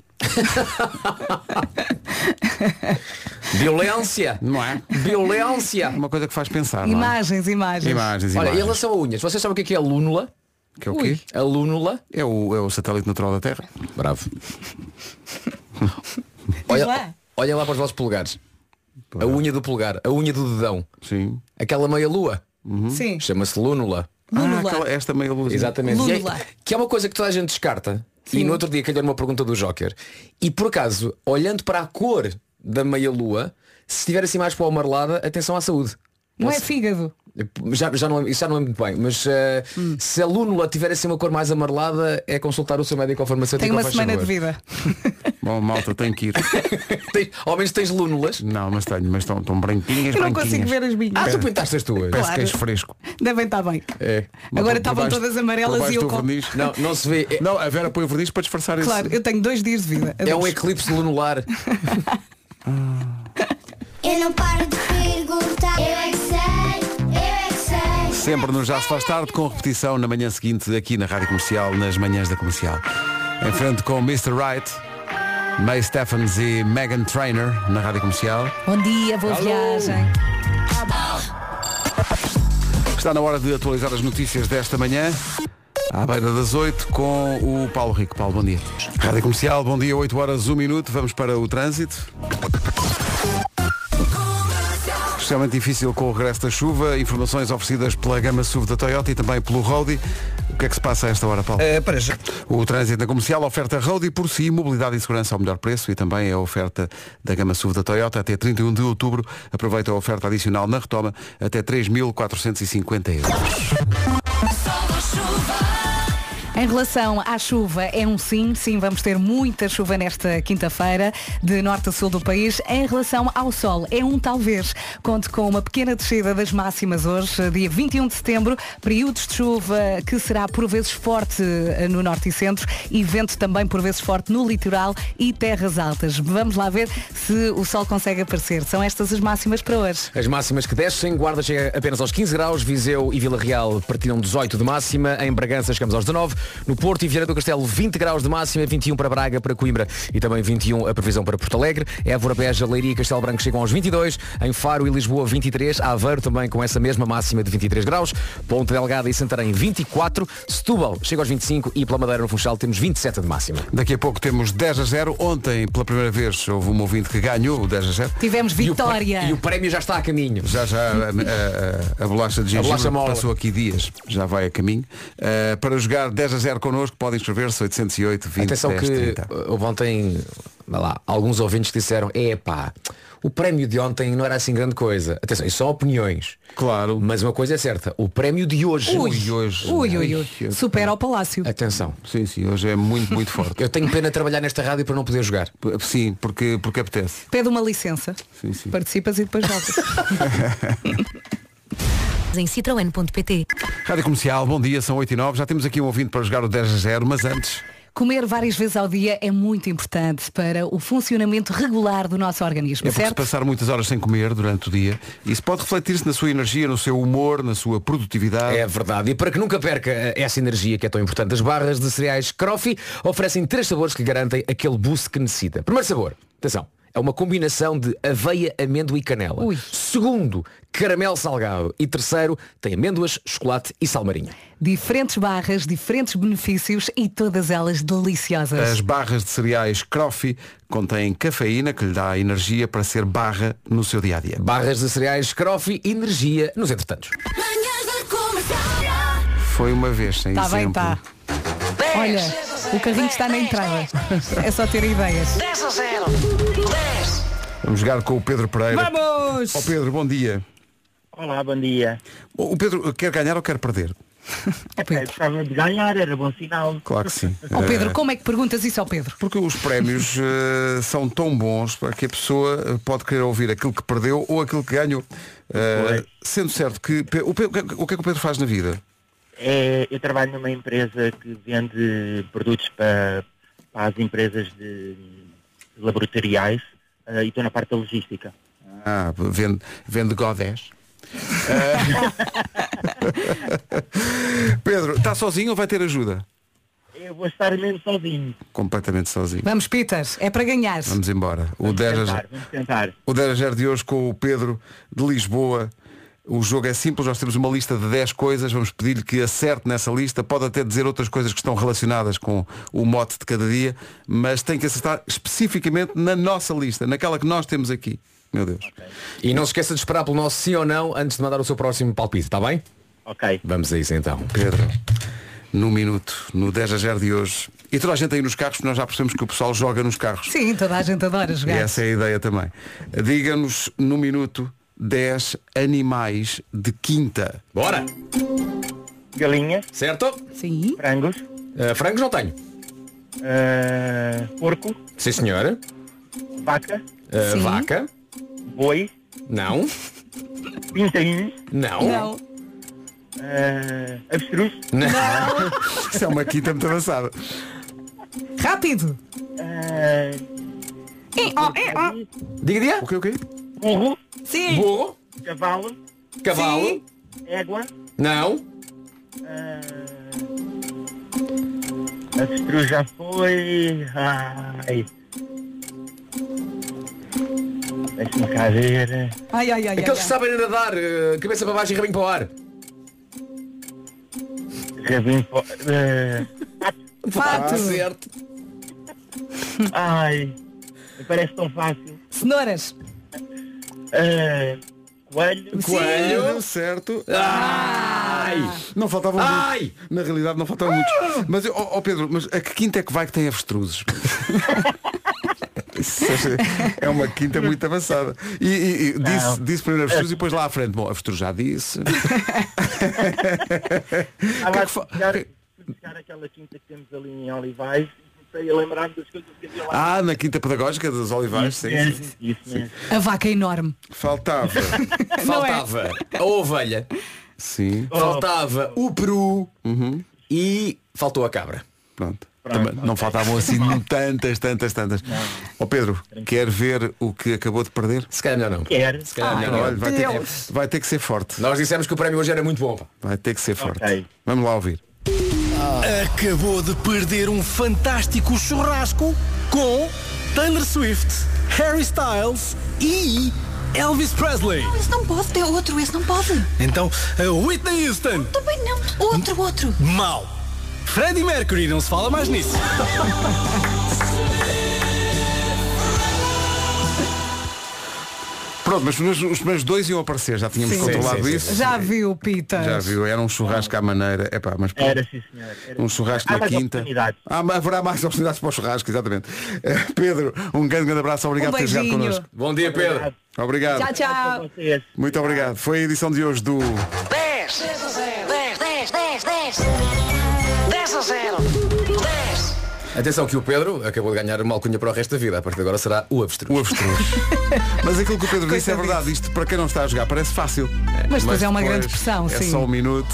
[SPEAKER 2] Violência!
[SPEAKER 1] Não é?
[SPEAKER 2] Violência!
[SPEAKER 1] Uma coisa que faz pensar. não é?
[SPEAKER 4] Imagens, imagens.
[SPEAKER 1] Imagens,
[SPEAKER 2] Olha, em
[SPEAKER 1] imagens.
[SPEAKER 2] relação a unhas, vocês sabem o que é que é a lúnula?
[SPEAKER 1] Que é o quê?
[SPEAKER 2] A lúnula?
[SPEAKER 1] É o, é o satélite natural da Terra.
[SPEAKER 2] Bravo.
[SPEAKER 4] Diz lá.
[SPEAKER 2] olha, olha lá para os vossos polegares. A unha do polegar, a unha do dedão,
[SPEAKER 1] Sim.
[SPEAKER 2] aquela meia lua,
[SPEAKER 4] Sim.
[SPEAKER 2] chama-se lúnula.
[SPEAKER 1] Ah,
[SPEAKER 4] Lúnula.
[SPEAKER 1] aquela- esta meia luz.
[SPEAKER 2] Exatamente. E é-
[SPEAKER 4] Lúnula.
[SPEAKER 2] que é uma coisa que toda a gente descarta. E no outro dia calhou uma pergunta do Joker. E por acaso, olhando para a cor da meia-lua, se estiver assim mais para o amarelada, atenção à saúde.
[SPEAKER 4] Não é fígado.
[SPEAKER 2] Já, já, não, é- isso já não é muito bem, mas eh,
[SPEAKER 4] Hum.
[SPEAKER 2] se a lúnula tiver assim uma cor mais amarelada, é consultar o seu médico ou farmacêutico.
[SPEAKER 4] Tem uma
[SPEAKER 2] ou faz
[SPEAKER 4] semana de
[SPEAKER 2] favor.
[SPEAKER 4] vida.
[SPEAKER 1] Bom, malta, tenho que ir.
[SPEAKER 2] Tens- ao menos tens lúnulas.
[SPEAKER 1] Não, mas tenho, mas estão, estão branquinhas,
[SPEAKER 4] Eu não
[SPEAKER 1] branquinhas.
[SPEAKER 4] consigo ver as minhas.
[SPEAKER 2] Ah, tu pintaste as tuas.
[SPEAKER 1] Parece
[SPEAKER 4] Claro.
[SPEAKER 1] queijo fresco.
[SPEAKER 4] Devem estar bem.
[SPEAKER 2] É.
[SPEAKER 1] Por
[SPEAKER 4] Agora estavam
[SPEAKER 1] baixo-
[SPEAKER 4] todas
[SPEAKER 1] por
[SPEAKER 4] amarelas
[SPEAKER 1] baixo
[SPEAKER 4] e eu
[SPEAKER 1] do
[SPEAKER 4] com...
[SPEAKER 1] verniz.
[SPEAKER 2] Não, não se vê.
[SPEAKER 1] Não, a Vera põe o verniz para disfarçar
[SPEAKER 4] Claro,
[SPEAKER 1] esse.
[SPEAKER 4] eu tenho dois dias de vida.
[SPEAKER 2] É, é um
[SPEAKER 4] Adeus.
[SPEAKER 2] eclipse lunular.
[SPEAKER 6] Eu não paro de perguntar. Eu é que sei, eu é que sei.
[SPEAKER 1] Sempre no Já se faz tarde, com repetição na manhã seguinte aqui na Rádio Comercial, nas manhãs da comercial. Em frente com Mr. Wright, May Stephens e Megan Trainer na Rádio Comercial.
[SPEAKER 4] Bom dia, boa viagem.
[SPEAKER 1] Está na hora de atualizar as notícias desta manhã. À beira das 8 com o Paulo Rico. Paulo, bom dia. Rádio Comercial, bom dia, 8 horas, 1 minuto. Vamos para o trânsito. Especialmente difícil com o regresso da chuva. Informações oferecidas pela gama SUV da Toyota e também pelo Roadie. O que é que se passa a esta hora, Paulo?
[SPEAKER 3] Eh, para já.
[SPEAKER 1] O trânsito na comercial oferta Road e por si, mobilidade e segurança ao melhor preço e também a oferta da gama SUV da Toyota até 31 de outubro. Aproveita a oferta adicional na retoma até 3.450 euros.
[SPEAKER 4] Em relação à chuva, é um sim, sim, vamos ter muita chuva nesta quinta-feira, de norte a sul do país. Em relação ao sol, é um talvez. Conte com uma pequena descida das máximas hoje, dia 21 de setembro, períodos de chuva que será por vezes forte eh, no norte e centro e vento também por vezes forte no litoral e terras altas. Vamos lá ver se o sol consegue aparecer. São estas as máximas para hoje.
[SPEAKER 2] As máximas que descem, Guarda chega apenas aos 15 graus, Viseu e Vila Real partilham 18 de máxima, em Bragança chegamos aos 19, No Porto e Viana do Castelo, 20 graus de máxima, 21 para Braga, para Coimbra e também 21 a previsão para Porto Alegre. Évora, Beja, Leiria e Castelo Branco chegam aos 22. Em Faro e Lisboa, 23. Aveiro também com essa mesma máxima de 23 graus. Ponte Delgada e Santarém, 24. Setúbal chega aos 25 e pela Madeira no Funchal temos 27 de máxima.
[SPEAKER 1] Daqui a pouco temos 10 a 0. Ontem, pela primeira vez, houve um ouvinte que ganhou o 10 a 0.
[SPEAKER 4] Tivemos
[SPEAKER 2] E o
[SPEAKER 4] vitória.
[SPEAKER 2] pré- E o prémio já está a caminho.
[SPEAKER 1] Já, já, a, a- a- a bolacha de gengibre
[SPEAKER 2] bolacha mole.
[SPEAKER 1] passou aqui dias, já vai a caminho. Uh, para jogar 10 a 0 connosco, podem inscrever-se 808 20
[SPEAKER 2] Atenção
[SPEAKER 1] 10
[SPEAKER 2] que
[SPEAKER 1] 30.
[SPEAKER 2] uh, houve ontem vá lá, alguns ouvintes que disseram é pá, o prémio de ontem não era assim grande coisa. Atenção, isso são opiniões.
[SPEAKER 1] Claro.
[SPEAKER 2] Mas uma coisa é certa, o prémio de hoje. né?
[SPEAKER 1] Ui, hoje.
[SPEAKER 4] Ui, ui, ui. Supera ao Palácio.
[SPEAKER 2] Atenção.
[SPEAKER 1] Sim, sim, hoje é muito, muito forte.
[SPEAKER 2] Eu tenho pena de trabalhar nesta rádio para não poder jogar.
[SPEAKER 1] P- Sim, porque, porque apetece.
[SPEAKER 4] Pede uma licença.
[SPEAKER 1] Sim, sim.
[SPEAKER 4] Participas e depois voltas.
[SPEAKER 7] Em citroen.pt.
[SPEAKER 1] Rádio Comercial, bom dia, são 8 e 9. Já temos aqui um ouvinte para jogar o 10 a 0, mas antes. é
[SPEAKER 4] Comer várias vezes ao dia é muito importante para o funcionamento regular do nosso organismo,
[SPEAKER 1] É porque se
[SPEAKER 4] certo?
[SPEAKER 1] passar muitas horas sem comer durante o dia, isso pode refletir-se na sua energia, no seu humor, na sua produtividade.
[SPEAKER 2] É verdade. E para que nunca perca eh, essa energia que é tão importante, as barras de cereais Crofi oferecem três sabores que garantem aquele boost que necessita. Primeiro sabor, atenção, é uma combinação de aveia, amêndoa e canela.
[SPEAKER 4] Ui.
[SPEAKER 2] Segundo, caramelo salgado. E terceiro, tem amêndoas, chocolate e salmarinho.
[SPEAKER 4] Diferentes barras, diferentes benefícios e todas elas deliciosas.
[SPEAKER 1] As barras de cereais Crofi contêm cafeína que lhe dá energia para ser barra no seu dia a dia.
[SPEAKER 2] Barras de cereais Crofi, energia nos entretantos.
[SPEAKER 6] Manhãs da comercial.
[SPEAKER 1] Foi uma vez, sem
[SPEAKER 4] Está Tá bem,
[SPEAKER 1] exemplo.
[SPEAKER 4] está. Olha, o carrinho está na entrada. É só ter ideias.
[SPEAKER 1] Vamos jogar com o Pedro Pereira.
[SPEAKER 4] Vamos!
[SPEAKER 1] Ó Pedro, bom dia.
[SPEAKER 10] Olá, bom dia.
[SPEAKER 1] O Pedro quer ganhar ou quer perder?
[SPEAKER 10] Eu gostava de ganhar, era bom sinal.
[SPEAKER 1] Claro que sim.
[SPEAKER 4] Ó Pedro, como é que perguntas isso ao Pedro?
[SPEAKER 1] Porque os prémios eh, são tão bons para que a pessoa eh, pode querer ouvir aquilo que perdeu ou aquilo que ganhou. Eh,
[SPEAKER 10] Pois.
[SPEAKER 1] sendo certo que Pe- o, Pe- o que é que- o que é que o Pedro faz na vida?
[SPEAKER 10] É, eu trabalho numa empresa que vende produtos para, para as empresas de, de laboratoriais eh, e estou na parte da logística.
[SPEAKER 1] Ah, vende, vende godés. Eh, Pedro, está sozinho ou vai ter ajuda?
[SPEAKER 10] Eu vou estar mesmo sozinho.
[SPEAKER 1] Completamente sozinho.
[SPEAKER 4] Vamos, Peter, é para ganhar.
[SPEAKER 1] Vamos embora. O 10 a
[SPEAKER 10] Tentar, vamos tentar.
[SPEAKER 1] O 10 a 0 de hoje com o Pedro de Lisboa. O jogo é simples, nós temos uma lista de 10 coisas, vamos pedir-lhe que acerte nessa lista, pode até dizer outras coisas que estão relacionadas com o mote de cada dia, mas tem que acertar especificamente na nossa lista, naquela que nós temos aqui. Meu Deus.
[SPEAKER 2] E não se esqueça de esperar pelo nosso sim ou não antes de mandar o seu próximo palpite, está bem?
[SPEAKER 10] Ok.
[SPEAKER 2] Vamos a isso então.
[SPEAKER 1] Pedro, no minuto, no 10 a 0 de hoje. E toda a gente aí nos carros, porque nós já percebemos que o pessoal joga nos carros.
[SPEAKER 4] Sim, toda a gente adora
[SPEAKER 1] E
[SPEAKER 4] jogar.
[SPEAKER 1] essa é a ideia também. Diga-nos no minuto 10 animais de quinta.
[SPEAKER 2] Bora!
[SPEAKER 10] Galinha,
[SPEAKER 2] Certo?
[SPEAKER 1] é-
[SPEAKER 4] Sim.
[SPEAKER 10] frangos,
[SPEAKER 2] Eh, frangos não tenho.
[SPEAKER 10] eh, porco,
[SPEAKER 2] Sim senhora.
[SPEAKER 10] vaca,
[SPEAKER 2] Eh,
[SPEAKER 4] Sim.
[SPEAKER 2] vaca.
[SPEAKER 10] boi,
[SPEAKER 2] Não.
[SPEAKER 10] pintainho,
[SPEAKER 2] Não.
[SPEAKER 4] Não.
[SPEAKER 10] eh, avestruz,
[SPEAKER 2] Não.
[SPEAKER 1] Isso é uma quinta muito avançada.
[SPEAKER 4] Rápido.
[SPEAKER 10] eh,
[SPEAKER 4] Ih, ó, ih, ó.
[SPEAKER 2] Diga dia.
[SPEAKER 1] O que o quê?
[SPEAKER 10] burro,
[SPEAKER 4] Sim.
[SPEAKER 2] Burro.
[SPEAKER 10] cavalo,
[SPEAKER 2] Cavalo.
[SPEAKER 4] Sim.
[SPEAKER 10] égua,
[SPEAKER 2] Não.
[SPEAKER 10] Uh, avestruz já foi. Ai. Deixa-me cá ver.
[SPEAKER 4] Ai, ai,
[SPEAKER 1] É
[SPEAKER 4] ai.
[SPEAKER 2] Aqueles que
[SPEAKER 4] ai, ai.
[SPEAKER 2] sabem nadar, eh, cabeça para baixo e rabinho para o ar.
[SPEAKER 10] Rabinho. po- Uh,
[SPEAKER 2] Ah,
[SPEAKER 4] Fato.
[SPEAKER 2] certo.
[SPEAKER 10] ai. Parece tão fácil.
[SPEAKER 4] Cenouras.
[SPEAKER 10] Uh, coelho.
[SPEAKER 2] Coelho.
[SPEAKER 1] Deu certo.
[SPEAKER 2] Ai.
[SPEAKER 1] Não um faltavam
[SPEAKER 2] Ai!
[SPEAKER 1] muitos. Na realidade não faltavam muitos. Mas, ó ó, Pedro, mas a que quinta é que vai que tem avestruzes? Isso é uma quinta muito avançada. E, e- e disse, disse primeiro avestruz e depois lá à frente. Bom, avestruz já disse.
[SPEAKER 10] Ah, lá,
[SPEAKER 1] é que fa-
[SPEAKER 10] fui buscar-
[SPEAKER 1] que- é
[SPEAKER 10] fui buscar aquela quinta que temos ali em Olivais e comecei a lembrar-me das coisas que havia lá. É,
[SPEAKER 1] Ah, na quinta pedagógica dos Olivais, sim.
[SPEAKER 10] Isso mesmo, isso mesmo.
[SPEAKER 4] A vaca é enorme.
[SPEAKER 1] Faltava.
[SPEAKER 2] é. Faltava a ovelha.
[SPEAKER 1] Sim,
[SPEAKER 2] Faltava o peru.
[SPEAKER 1] Uhum.
[SPEAKER 2] E faltou a cabra.
[SPEAKER 1] pronto. Também não faltavam assim tantas, tantas, tantas. Ó Pedro, quer ver o que acabou de perder?
[SPEAKER 2] Se calhar é melhor não.
[SPEAKER 10] Quero.
[SPEAKER 2] Se calhar melhor não.
[SPEAKER 1] Ah, Olha, vai ter, vai ter que ser forte.
[SPEAKER 2] Nós dissemos que o prémio hoje era muito bom. pá.
[SPEAKER 1] Vai ter que ser forte.
[SPEAKER 10] Ok.
[SPEAKER 1] Vamos lá ouvir.
[SPEAKER 11] Acabou de perder um fantástico churrasco com Taylor Swift, Harry Styles e Elvis Presley.
[SPEAKER 12] Esse não pode, é outro, esse não pode.
[SPEAKER 11] Então, a Whitney Houston.
[SPEAKER 12] Também não. Outro, outro.
[SPEAKER 11] Mal. Freddie Mercury, não se fala mais nisso.
[SPEAKER 1] Pronto, mas os primeiros- os primeiros dois iam aparecer, já tínhamos
[SPEAKER 4] Sim.
[SPEAKER 1] controlado
[SPEAKER 4] Sim, sim,
[SPEAKER 1] isso.
[SPEAKER 4] sim. Já viu, Pita.
[SPEAKER 1] Já viu, era um churrasco à maneira. Epá, mas pronto.
[SPEAKER 10] Era, sim, senhor. Era.
[SPEAKER 1] Um churrasco
[SPEAKER 10] Há
[SPEAKER 1] na
[SPEAKER 10] mais
[SPEAKER 1] quinta.
[SPEAKER 10] oportunidades.
[SPEAKER 1] Há- haverá mais oportunidades para o churrasco, exatamente. Eh, Pedro, um grande, grande abraço. Obrigado
[SPEAKER 10] Um
[SPEAKER 1] por ter jogado
[SPEAKER 10] beijinho.
[SPEAKER 1] connosco.
[SPEAKER 2] Bom dia, Pedro.
[SPEAKER 1] Obrigado.
[SPEAKER 12] Tchau, tchau.
[SPEAKER 1] Muito obrigado. Foi a edição de hoje do
[SPEAKER 12] 10. 10, 10, 10, 10. 10 a 0. 10.
[SPEAKER 2] Atenção que o Pedro acabou de ganhar uma alcunha para o resto da vida. A partir de agora será o abstrus.
[SPEAKER 1] O abstrus. Mas aquilo que o Pedro disse é verdade. Isto, para quem não está a jogar, parece fácil.
[SPEAKER 4] Mas depois é uma grande
[SPEAKER 1] depois
[SPEAKER 4] pressão,
[SPEAKER 1] É
[SPEAKER 4] sim.
[SPEAKER 1] só um minuto.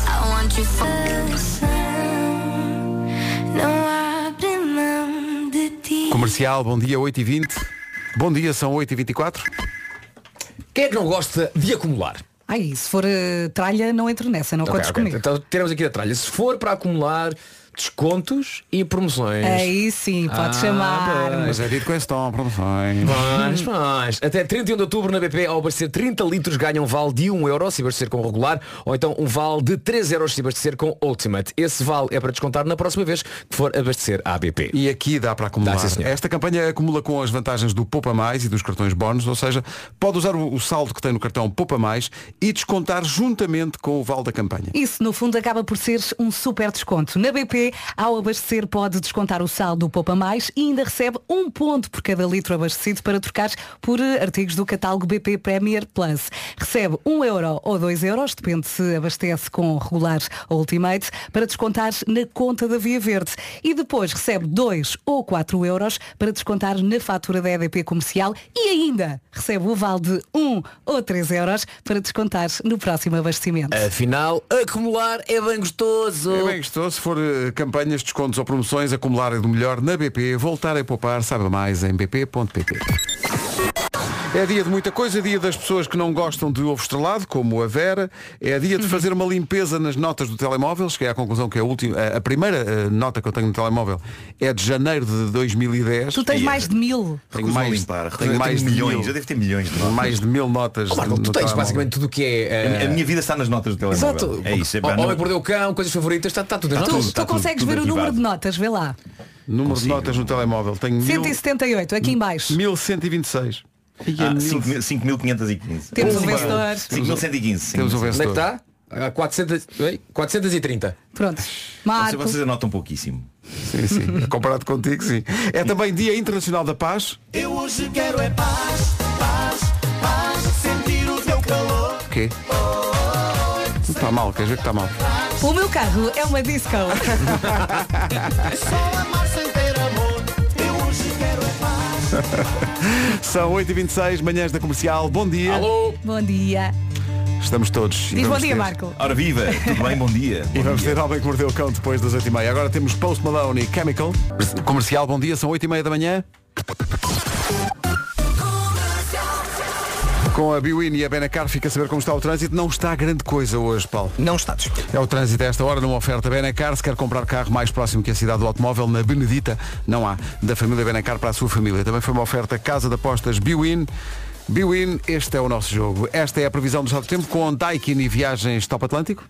[SPEAKER 6] Não abre mão de ti.
[SPEAKER 13] é?
[SPEAKER 1] Comercial, bom dia, 8h20. Bom dia, são 8h24.
[SPEAKER 2] Quem é que não gosta de acumular?
[SPEAKER 4] Ai, se for eh, tralha, não entro nessa, não
[SPEAKER 2] Ok,
[SPEAKER 4] contes
[SPEAKER 2] ok.
[SPEAKER 4] comigo.
[SPEAKER 2] Então teremos aqui a tralha. Se for para acumular descontos e promoções.
[SPEAKER 4] Aí sim, pode
[SPEAKER 2] Ah,
[SPEAKER 4] chamar.
[SPEAKER 1] Mas é dito com esse tom, promoções.
[SPEAKER 2] Mas, mas, até 31 de outubro na BP, ao abastecer 30 litros, ganha um vale de 1 euro se abastecer com regular, ou então um vale de 3 euros se abastecer com Ultimate. Esse vale é para descontar na próxima vez que for abastecer a BP.
[SPEAKER 1] E aqui dá para acumular. Esta campanha acumula com as vantagens do Poupa Mais e dos cartões bónus, ou seja, pode usar o o saldo que tem no cartão Poupa Mais e descontar juntamente com o vale da campanha.
[SPEAKER 4] Isso, no fundo, acaba por ser um super desconto. Na BP, ao abastecer, pode descontar o saldo do Poupa Mais e ainda recebe um ponto por cada litro abastecido para trocar por eh, artigos do catálogo BP Premier Plus. Recebe 1 euro ou 2 euros, depende se abastece com regular ou Ultimate, para descontar na conta da Via Verde. E depois recebe 2 ou 4 euros para descontar na fatura da EDP comercial e ainda recebe o vale de 1 ou 3 euros para descontar no próximo abastecimento.
[SPEAKER 2] Afinal, acumular é bem gostoso.
[SPEAKER 1] É bem gostoso. Se for eh, campanhas, descontos ou promoções, acumularem do melhor na BP, voltarem a poupar, saiba mais em bp.pt. É dia de muita coisa, dia das pessoas que não gostam de ovo estrelado, como a Vera. É dia
[SPEAKER 14] Uhum.
[SPEAKER 1] de fazer uma limpeza nas notas do telemóvel. Cheguei à conclusão que a, última, a- a primeira eh, nota que eu tenho no telemóvel é de janeiro de 2010.
[SPEAKER 4] Tu tens mais de mil.
[SPEAKER 1] Tenho mais,
[SPEAKER 14] limpar.
[SPEAKER 1] tenho
[SPEAKER 14] Eu
[SPEAKER 1] mais
[SPEAKER 14] tenho
[SPEAKER 1] de
[SPEAKER 14] milhões,
[SPEAKER 1] mil.
[SPEAKER 14] eu devo ter milhões de notas.
[SPEAKER 1] Mais de mil notas.
[SPEAKER 14] Oh, Marco,
[SPEAKER 1] no
[SPEAKER 14] tu tens
[SPEAKER 1] telemóvel.
[SPEAKER 14] basicamente
[SPEAKER 2] tudo o que é,
[SPEAKER 14] A minha vida está nas notas do telemóvel.
[SPEAKER 2] Exato.
[SPEAKER 14] É isso, é
[SPEAKER 2] O-
[SPEAKER 14] pá, não-
[SPEAKER 2] Homem perdeu o cão, coisas favoritas, está, está Tá tudo.
[SPEAKER 14] Está
[SPEAKER 2] nas
[SPEAKER 4] Tu,
[SPEAKER 2] notas.
[SPEAKER 4] tu consegues ver o número de notas, vê lá.
[SPEAKER 1] Número de notas no telemóvel. Tenho mil-
[SPEAKER 4] 178, aqui em baixo.
[SPEAKER 1] 1126.
[SPEAKER 14] Ah, 5.515.
[SPEAKER 4] Temos um
[SPEAKER 14] Cinco-
[SPEAKER 4] vencedor.
[SPEAKER 14] 5.115.
[SPEAKER 2] Temos um vencedor. Onde é
[SPEAKER 14] está? 400, 430.
[SPEAKER 4] Pronto. Marco.
[SPEAKER 14] Marco. Vocês anotam pouquíssimo.
[SPEAKER 1] Sim, sim. Comparado contigo, sim. É também Dia Internacional da Paz.
[SPEAKER 11] Eu hoje quero é paz, paz, paz, sentir o teu calor.
[SPEAKER 1] O quê? Está mal, queres ver que está mal?
[SPEAKER 4] O meu carro é uma disco.
[SPEAKER 11] amar sem ter amor. Eu hoje quero é paz.
[SPEAKER 1] São 8h26, manhãs da comercial. Bom dia.
[SPEAKER 4] Bom dia.
[SPEAKER 1] Estamos todos. e
[SPEAKER 4] Diz bom
[SPEAKER 1] vamos
[SPEAKER 4] dia,
[SPEAKER 1] ter-
[SPEAKER 4] Marco.
[SPEAKER 14] Ora viva, tudo bem? Bom dia.
[SPEAKER 1] E vamos ter alguém que mordeu o cão depois das 8h30. Agora temos Post Malone e Chemical. Comercial, bom dia, são 8h30 da manhã. Com a Biwin e a Benacar fica a saber como está o trânsito. Não está grande coisa hoje, Paulo.
[SPEAKER 3] Não está disponível.
[SPEAKER 1] É o trânsito a esta hora numa oferta Benacar. Se quer comprar carro mais próximo que a cidade do automóvel, na Benedita, não há. Da família Benacar para a sua família. Também foi uma oferta Casa de Apostas Biwin. Biwin, este é o nosso jogo. Esta é a previsão do estado do tempo com Daikin e viagens Top Atlântico.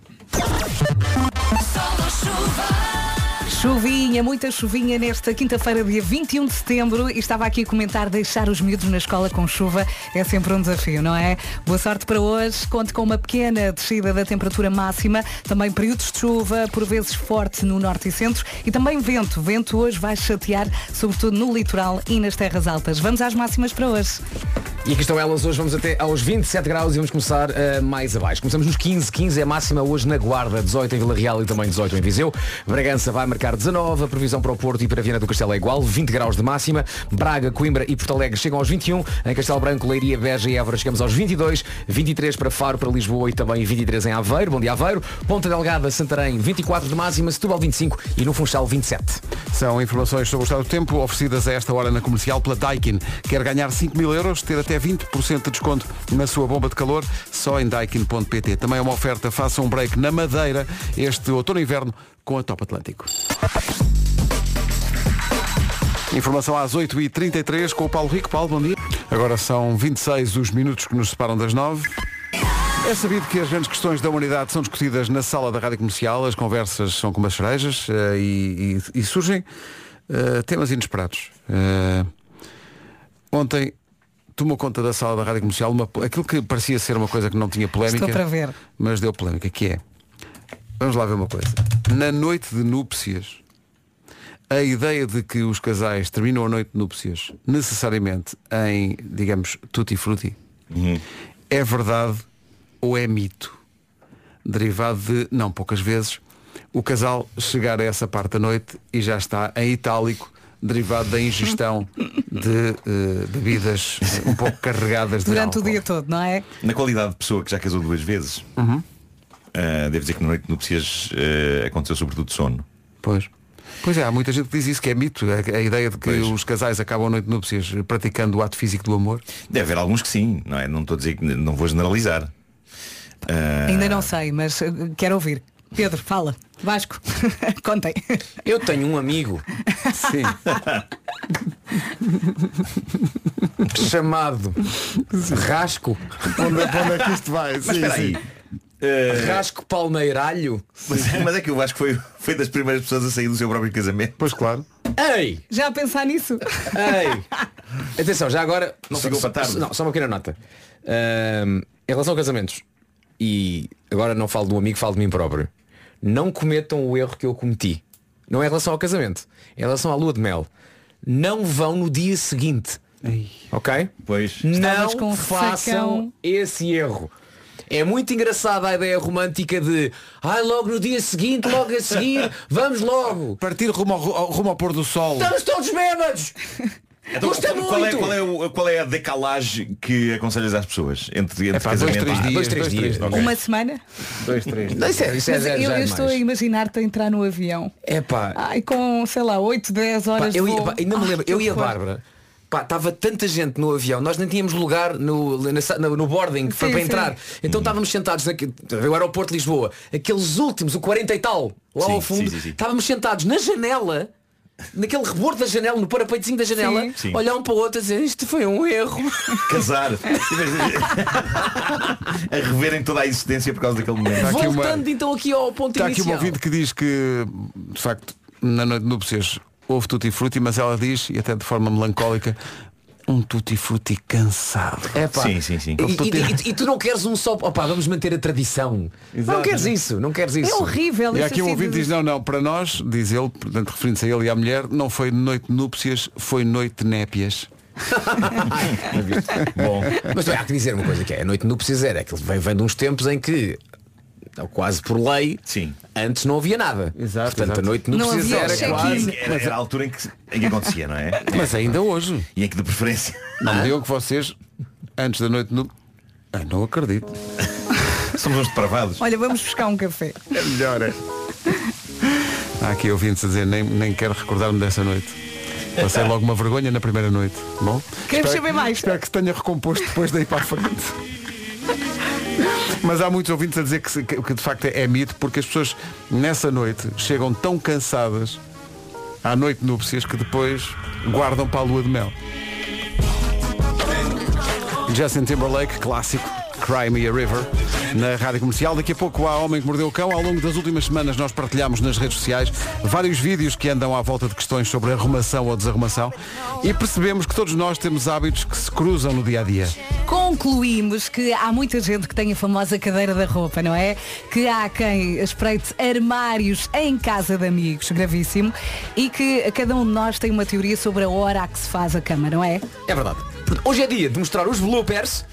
[SPEAKER 4] Chuvinha, muita chuvinha nesta quinta-feira, dia 21 de setembro, e estava aqui a comentar deixar os miúdos na escola com chuva é sempre um desafio, não é? Boa sorte para hoje, conte com uma pequena descida da temperatura máxima, também períodos de chuva, por vezes forte no norte e centro, e também vento. Vento hoje vai chatear, sobretudo no litoral e nas terras altas. Vamos às máximas para hoje.
[SPEAKER 2] E aqui estão elas, hoje vamos até aos 27 graus e vamos começar eh, mais abaixo. Começamos nos 15, 15 é a máxima hoje na Guarda, 18 em Vila Real e também 18 em Viseu. Bragança vai marcar 19, a previsão para o Porto e para Viana do Castelo é igual, 20 graus de máxima. Braga, Coimbra e Porto Alegre chegam aos 21, em Castelo Branco, Leiria, Beja e Évora chegamos aos 22, 23 para Faro, para Lisboa e também 23 em Aveiro, bom dia Aveiro. Ponta Delgada, Santarém, 24 de máxima, Setúbal 25 e no Funchal 27.
[SPEAKER 1] São informações sobre o estado do tempo oferecidas a esta hora na comercial pela Daikin. Quer ganhar 5 mil euros, ter até até 20% de desconto na sua bomba de calor só em daikin.pt. Também é uma oferta, faça um break na Madeira este outono e inverno com a Top Atlântico. Informação às 8h33 com o Paulo Rico. Paulo, bom dia. Agora são 26 os minutos que nos separam das 9. É sabido que as grandes questões da humanidade são discutidas na sala da rádio comercial, as conversas são como as cerejas eh, e, e- e surgem eh, temas inesperados. Eh, ontem tomou conta da sala da rádio comercial uma po- aquilo que parecia ser uma coisa que não tinha polémica,
[SPEAKER 4] Estou para ver.
[SPEAKER 1] mas deu polémica, que é, vamos lá ver uma coisa, na noite de núpcias, a ideia de que os casais terminam a noite de núpcias necessariamente em, digamos, tutti frutti, é verdade ou é mito? Derivado de, não poucas vezes, o casal chegar a essa parte da noite e já está em itálico, derivado da ingestão de eh, bebidas eh, um pouco carregadas de
[SPEAKER 4] Durante o dia todo, não é?
[SPEAKER 14] Na qualidade de pessoa que já casou duas vezes, ah, devo dizer que na noite de núpcias ah, aconteceu sobretudo sono.
[SPEAKER 1] Pois. Pois é, há muita gente que diz isso, que é mito, a, a ideia de que os casais acabam a noite de núpcias praticando o ato físico do amor.
[SPEAKER 14] Deve haver alguns que sim, não é? Não estou a dizer que não vou generalizar. Ah,
[SPEAKER 4] Ainda não sei, mas eh, quero ouvir. Pedro, fala. Vasco, contem.
[SPEAKER 2] Eu tenho um amigo.
[SPEAKER 1] Sim.
[SPEAKER 2] Chamado Rasco.
[SPEAKER 1] Onde, onde é que isto vai?
[SPEAKER 14] Mas espera aí. É.
[SPEAKER 2] Rasco Palmeiralho.
[SPEAKER 14] Mas, mas é que eu acho que foi, foi das primeiras pessoas a sair do seu próprio casamento.
[SPEAKER 1] Pois claro.
[SPEAKER 2] Ei!
[SPEAKER 4] Já a pensar nisso?
[SPEAKER 2] Ei! Atenção, já agora.
[SPEAKER 14] Não ficou
[SPEAKER 2] só-
[SPEAKER 14] para tarde.
[SPEAKER 2] Não, só uma pequena nota. Ahm, em relação a casamentos, e agora não falo de um amigo, falo de mim próprio. Não cometam o erro que eu cometi. Não é em relação ao casamento, é em relação à lua de mel. Não vão no dia seguinte. Ok?
[SPEAKER 14] Pois.
[SPEAKER 4] Estavas
[SPEAKER 2] Não
[SPEAKER 4] com um
[SPEAKER 2] façam
[SPEAKER 4] ressacão.
[SPEAKER 2] esse erro. É muito engraçada a ideia romântica de ai logo no dia seguinte, logo a seguir, vamos logo.
[SPEAKER 1] Partir rumo ao, ao- rumo ao pôr do sol.
[SPEAKER 2] Estamos todos bêbados!
[SPEAKER 14] Então,
[SPEAKER 2] Custa
[SPEAKER 14] qual, qual é,
[SPEAKER 2] muito!
[SPEAKER 14] qual, é o- qual é a decalagem que aconselhas às pessoas? Entre, entre
[SPEAKER 1] pá, dois,
[SPEAKER 4] é
[SPEAKER 14] casamento
[SPEAKER 1] três
[SPEAKER 14] e-
[SPEAKER 1] dias,
[SPEAKER 2] É dois, três dias.
[SPEAKER 14] ok.
[SPEAKER 4] Uma semana?
[SPEAKER 1] Dois, três.
[SPEAKER 2] Não, isso é, isso é
[SPEAKER 4] Mas eu,
[SPEAKER 2] zero, já
[SPEAKER 4] eu
[SPEAKER 2] é
[SPEAKER 4] estou a
[SPEAKER 2] demais.
[SPEAKER 4] imaginar-te a entrar no avião.
[SPEAKER 2] É pá,
[SPEAKER 4] Ai, com, sei lá, 8, 10
[SPEAKER 2] Pá,
[SPEAKER 4] horas
[SPEAKER 2] eu
[SPEAKER 4] de
[SPEAKER 2] ia,
[SPEAKER 4] voo.
[SPEAKER 2] pá, ainda me
[SPEAKER 4] Ai,
[SPEAKER 2] lembro,
[SPEAKER 4] que
[SPEAKER 2] eu e a
[SPEAKER 4] horror.
[SPEAKER 2] Bárbara, pá, estava tanta gente no avião, nós nem tínhamos lugar no, na sa- no, no boarding para,
[SPEAKER 4] Sim,
[SPEAKER 2] para
[SPEAKER 4] sim.
[SPEAKER 2] entrar. Então estávamos sentados naquele o aeroporto de Lisboa, aqueles últimos, o 40 e tal, lá
[SPEAKER 14] Sim,
[SPEAKER 2] ao fundo,
[SPEAKER 14] sim, sim, sim.
[SPEAKER 2] estávamos sentados na janela. Naquele rebordo da janela, no parapeitozinho da janela,
[SPEAKER 4] Sim.
[SPEAKER 14] Sim.
[SPEAKER 2] olhar um para o outro e dizer isto foi um erro.
[SPEAKER 14] Casar. a reverem toda a existência por causa daquele momento.
[SPEAKER 1] aqui uma-
[SPEAKER 2] Voltando então aqui ao ponto
[SPEAKER 14] tá
[SPEAKER 1] Está aqui um
[SPEAKER 2] inicial.
[SPEAKER 1] ouvinte que diz que, de facto, na noite de núpcias houve tutti frutti, mas ela diz, e até de forma melancólica, um tutti frutti cansado.
[SPEAKER 2] É pá.
[SPEAKER 14] Sim, sim, sim.
[SPEAKER 2] E, e- e- e tu não queres um só. Opá, vamos manter a tradição. Não
[SPEAKER 1] Exato.
[SPEAKER 2] queres isso, não queres isso.
[SPEAKER 4] É horrível
[SPEAKER 1] E há
[SPEAKER 4] isso
[SPEAKER 1] aqui um
[SPEAKER 4] assim
[SPEAKER 1] ouvinte que
[SPEAKER 4] de-
[SPEAKER 1] diz, não, não, para nós, diz ele, portanto, referindo-se a ele e à mulher, não foi noite de núpcias, foi noite de népias.
[SPEAKER 14] Bom,
[SPEAKER 2] Mas bem, há que dizer uma coisa que é, a noite não precisa era, é que vem, vem de uns tempos em que ou quase por lei,
[SPEAKER 14] Sim.
[SPEAKER 2] antes não havia nada.
[SPEAKER 1] Exato,
[SPEAKER 2] Portanto,
[SPEAKER 1] exato.
[SPEAKER 2] a noite não,
[SPEAKER 4] Não
[SPEAKER 2] precisa
[SPEAKER 4] havia
[SPEAKER 2] era
[SPEAKER 1] É
[SPEAKER 4] check-in.
[SPEAKER 2] quase.
[SPEAKER 14] era, era a altura em que, em que acontecia, não é?
[SPEAKER 1] Mas ainda hoje.
[SPEAKER 14] E em que de preferência.
[SPEAKER 1] Não me digam que vocês, antes da noite de núpcias. Ah, não acredito.
[SPEAKER 14] Somos uns depravados.
[SPEAKER 4] Olha, vamos buscar um café.
[SPEAKER 1] É melhor, é. Há aqui ouvintes a dizer, nem, nem quero recordar-me dessa noite. Passei logo uma vergonha na primeira noite. Bom,
[SPEAKER 4] Queremos
[SPEAKER 1] espero-
[SPEAKER 4] saber mais.
[SPEAKER 1] Espero que se tenha recomposto depois daí para a frente. Mas há muitos ouvintes a dizer que, se- que- que de facto é mito, porque as pessoas nessa noite chegam tão cansadas à noite de núpcias que depois guardam para a lua de mel. Justin Timberlake, clássico, Cry Me a River, na Rádio Comercial. Daqui a pouco há Homem que Mordeu o Cão. Ao longo das últimas semanas nós partilhámos nas redes sociais vários vídeos que andam à volta de questões sobre arrumação ou desarrumação e percebemos que todos nós temos hábitos que se cruzam no dia a dia.
[SPEAKER 4] Concluímos que há muita gente que tem a famosa cadeira da roupa, não é? Que há quem espreite armários em casa de amigos, gravíssimo, e que cada um de nós tem uma teoria sobre a hora a que se faz a cama, não é?
[SPEAKER 2] É verdade. Portanto, Hoje é dia de mostrar os bloopers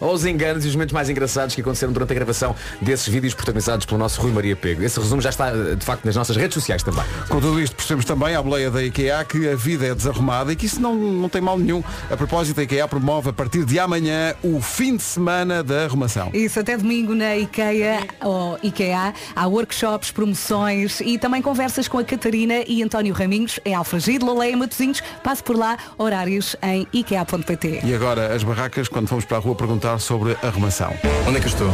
[SPEAKER 2] ou os enganos e os momentos mais engraçados que aconteceram durante a gravação desses vídeos protagonizados pelo nosso Rui Maria Pego. Esse resumo já está, de facto, nas nossas redes sociais também.
[SPEAKER 1] Com tudo isto percebemos também à boleia da IKEA que a vida é desarrumada e que isso não, não tem mal nenhum. A propósito, a IKEA promove a partir de amanhã o fim de semana da arrumação.
[SPEAKER 4] Isso, até domingo na IKEA, ou IKEA, há workshops, promoções e também conversas com a É Catarina e António Raminhos em Alfragide, Lolé e Matosinhos. Passe por lá, horários em ikea.pt. pt.
[SPEAKER 1] E agora as barracas, quando fomos para a rua perguntar sobre arrumação.
[SPEAKER 15] Onde é que eu estou?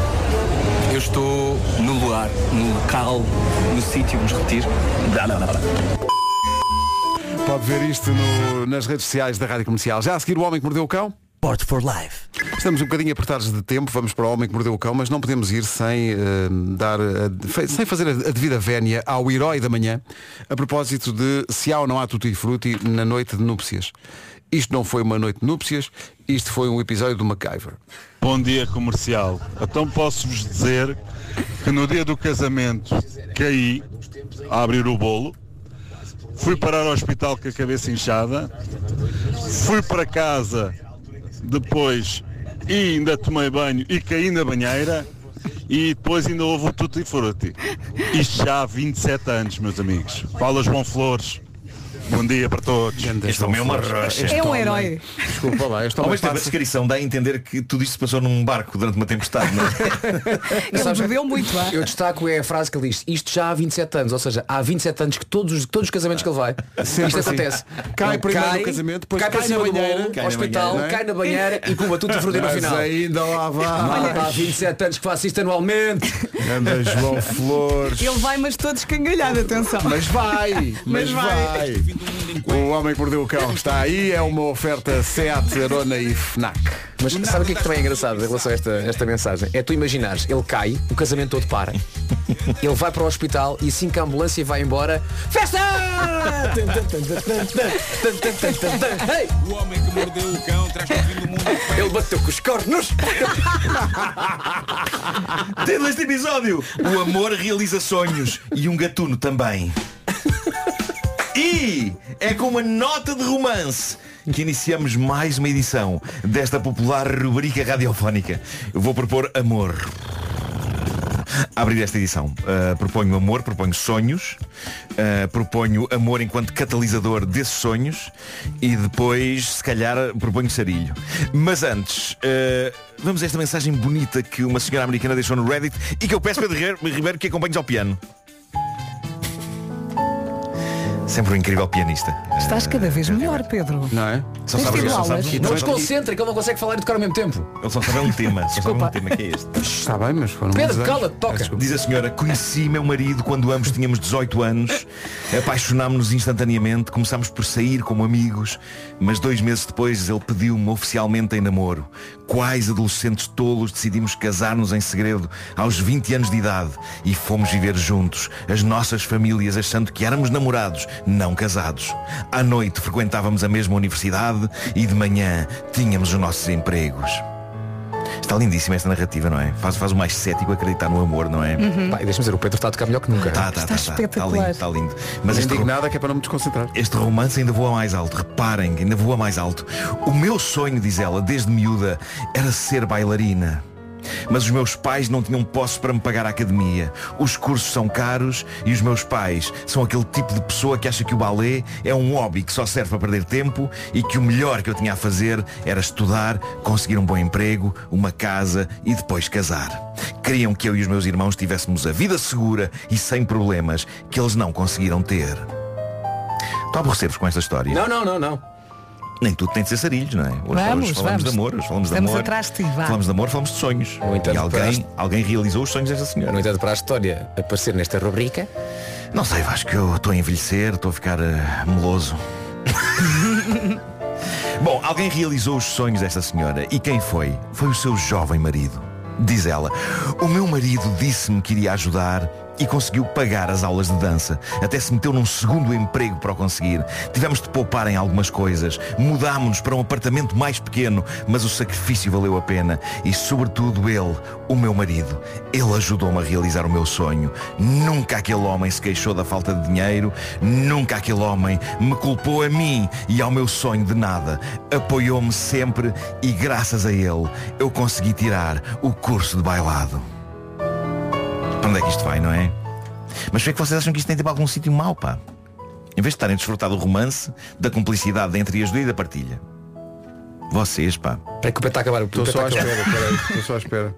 [SPEAKER 15] Eu estou no lugar, no local, no sítio, vamos repetir. Blá, blá, blá, blá.
[SPEAKER 1] Pode ver isto no- nas redes sociais da Rádio Comercial. Já a seguir o Homem que Mordeu o Cão? Porto for Life. Estamos um bocadinho apertados de tempo, vamos para o Homem que Mordeu o Cão, mas não podemos ir sem, eh, dar, a- fe- sem fazer a, a devida vénia ao herói da manhã, a propósito de se há ou não há tutti frutti na noite de núpcias. Isto não foi uma noite de núpcias, isto foi um episódio do MacGyver.
[SPEAKER 13] Bom dia comercial. Então posso-vos dizer que no dia do casamento caí a abrir o bolo, fui parar ao hospital com a cabeça inchada, fui para casa depois e ainda tomei banho e caí na banheira e depois ainda houve o tutti frutti. Isto já há 27 anos, meus amigos. Fala João Flores. Bom dia para todos.
[SPEAKER 14] Este homem é uma rocha.
[SPEAKER 4] É um herói.
[SPEAKER 1] Desculpa lá, este
[SPEAKER 14] Ao
[SPEAKER 1] homem
[SPEAKER 14] mesmo tempo, a
[SPEAKER 1] passa-
[SPEAKER 14] descrição dá a entender que tudo isto se passou num barco durante uma tempestade, não é?
[SPEAKER 4] Ele bebeu muito, ah.
[SPEAKER 2] Eu destaco é a frase que ele diz, isto já há 27 anos, ou seja, há 27 anos que todos os, todos os casamentos que ele vai,
[SPEAKER 1] Sempre
[SPEAKER 2] isto
[SPEAKER 1] assim.
[SPEAKER 2] acontece.
[SPEAKER 1] Cai
[SPEAKER 2] Ele
[SPEAKER 1] primeiro no casamento, depois
[SPEAKER 2] cai,
[SPEAKER 1] cai
[SPEAKER 2] para
[SPEAKER 1] na
[SPEAKER 2] cima do
[SPEAKER 1] banheira,
[SPEAKER 2] bolo,
[SPEAKER 1] cai na
[SPEAKER 2] hospital,
[SPEAKER 1] banheira, não é?
[SPEAKER 2] cai na banheira e pumba, tudo fruto no
[SPEAKER 1] Mas
[SPEAKER 2] final.
[SPEAKER 1] ainda lá vai.
[SPEAKER 2] Malta, há 27 anos que faço isto anualmente.
[SPEAKER 1] Anda João Flores.
[SPEAKER 4] Ele vai, mas todo escangalhado, atenção.
[SPEAKER 1] Mas vai, mas vai. O Homem que Mordeu o Cão está aí, é uma oferta SEAT, Arona e FNAC.
[SPEAKER 2] Mas sabe o que é que também é engraçado em relação a esta, esta mensagem? É tu imaginares, ele cai, o casamento todo para, ele vai para o hospital e assim que a ambulância vai embora, festa!
[SPEAKER 12] O homem que mordeu o cão traz
[SPEAKER 2] Ele bateu com os cornos.
[SPEAKER 14] Tendo este episódio, o amor realiza sonhos e um gatuno também. E é com uma nota de romance que iniciamos mais uma edição desta popular rubrica radiofónica. Eu vou propor amor. A abrir esta edição. Uh, proponho amor, proponho sonhos, uh, proponho amor enquanto catalisador desses sonhos e depois, se calhar, proponho sarilho. Mas antes, uh, vamos a esta mensagem bonita que uma senhora americana deixou no Reddit e que eu peço Pedro Ribeiro- Ribeiro que acompanhes ao piano. Sempre um incrível pianista.
[SPEAKER 4] Estás cada vez melhor, Pedro.
[SPEAKER 1] Não é?
[SPEAKER 14] Só
[SPEAKER 4] Tens
[SPEAKER 14] sabe-
[SPEAKER 4] tido
[SPEAKER 14] só sabe-
[SPEAKER 4] aulas.
[SPEAKER 14] só sabe-
[SPEAKER 2] Não se concentra, que ele não consegue falar e tocar ao mesmo tempo.
[SPEAKER 14] é Ele só sabe um tema, só sabe um tema que é este.
[SPEAKER 1] Está bem, mas foram
[SPEAKER 2] Pedro,
[SPEAKER 14] muitos anos.
[SPEAKER 2] cala, toca.
[SPEAKER 14] Diz a senhora, conheci meu marido quando ambos tínhamos 18 anos, apaixonámos-nos instantaneamente, começámos por sair como amigos, mas dois meses depois ele pediu-me oficialmente em namoro. Quais adolescentes tolos decidimos casar-nos em segredo aos 20 anos de idade e fomos viver juntos, as nossas famílias achando que éramos namorados, não casados. À noite frequentávamos a mesma universidade e de manhã tínhamos os nossos empregos. Está lindíssima esta narrativa, não é? Faz, faz o mais cético acreditar no amor, não é?
[SPEAKER 2] Uhum.
[SPEAKER 14] Pá, e deixa-me dizer, o Pedro está a tocar melhor que nunca.
[SPEAKER 2] Tá,
[SPEAKER 14] Está, está, está, está, tá, lindo,
[SPEAKER 2] espetacular.
[SPEAKER 14] está lindo. Mas este
[SPEAKER 1] indignada que Tá é para não me desconcentrar.
[SPEAKER 14] Este romance ainda voa mais alto, reparem, ainda voa mais alto. O meu sonho, diz ela, desde miúda, era ser bailarina. Mas os meus pais não tinham posse para me pagar a academia. Os cursos são caros e os meus pais são aquele tipo de pessoa que acha que o balé é um hobby que só serve para perder tempo e que o melhor que eu tinha a fazer era estudar, conseguir um bom emprego, uma casa e depois casar. Queriam que eu e os meus irmãos tivéssemos a vida segura e sem problemas que eles não conseguiram ter. Estou a aborrecer-vos Tá com esta história.
[SPEAKER 2] Não, não, não, não.
[SPEAKER 14] Nem tudo tem de ser sarilhos, não é? Hoje,
[SPEAKER 4] Vamos,
[SPEAKER 14] hoje falamos
[SPEAKER 4] vamos.
[SPEAKER 14] de amor, hoje falamos de
[SPEAKER 4] Estamos
[SPEAKER 14] amor.
[SPEAKER 4] atrás de ti, vá.
[SPEAKER 14] Falamos de amor, falamos de sonhos. e alguém, alguém realizou os sonhos desta senhora.
[SPEAKER 2] No entanto, para a história aparecer nesta rubrica,
[SPEAKER 14] Não sei, acho que eu estou a envelhecer, estou a ficar eh, meloso. Bom, alguém realizou os sonhos desta senhora. E quem foi? Foi o seu jovem marido. Diz ela, o meu marido disse-me que iria ajudar e conseguiu pagar as aulas de dança. Até se meteu num segundo emprego para o conseguir. Tivemos de poupar em algumas coisas. Mudámos-nos para um apartamento mais pequeno, mas o sacrifício valeu a pena. E sobretudo ele, o meu marido, ele ajudou-me a realizar o meu sonho. Nunca aquele homem se queixou da falta de dinheiro, nunca aquele homem me culpou a mim e ao meu sonho de nada. Apoiou-me sempre e graças a ele eu consegui tirar o curso de bailado. Para onde é que isto vai, não é? Mas o que é que vocês acham que isto tem de ir para algum sítio mau, pá? Em vez de estarem a desfrutar do romance, da cumplicidade entre as duas e da partilha. Vocês, pá.
[SPEAKER 2] Espera que o Pedro está a acabar.
[SPEAKER 1] Estou só à espera, peraí, estou só à espera.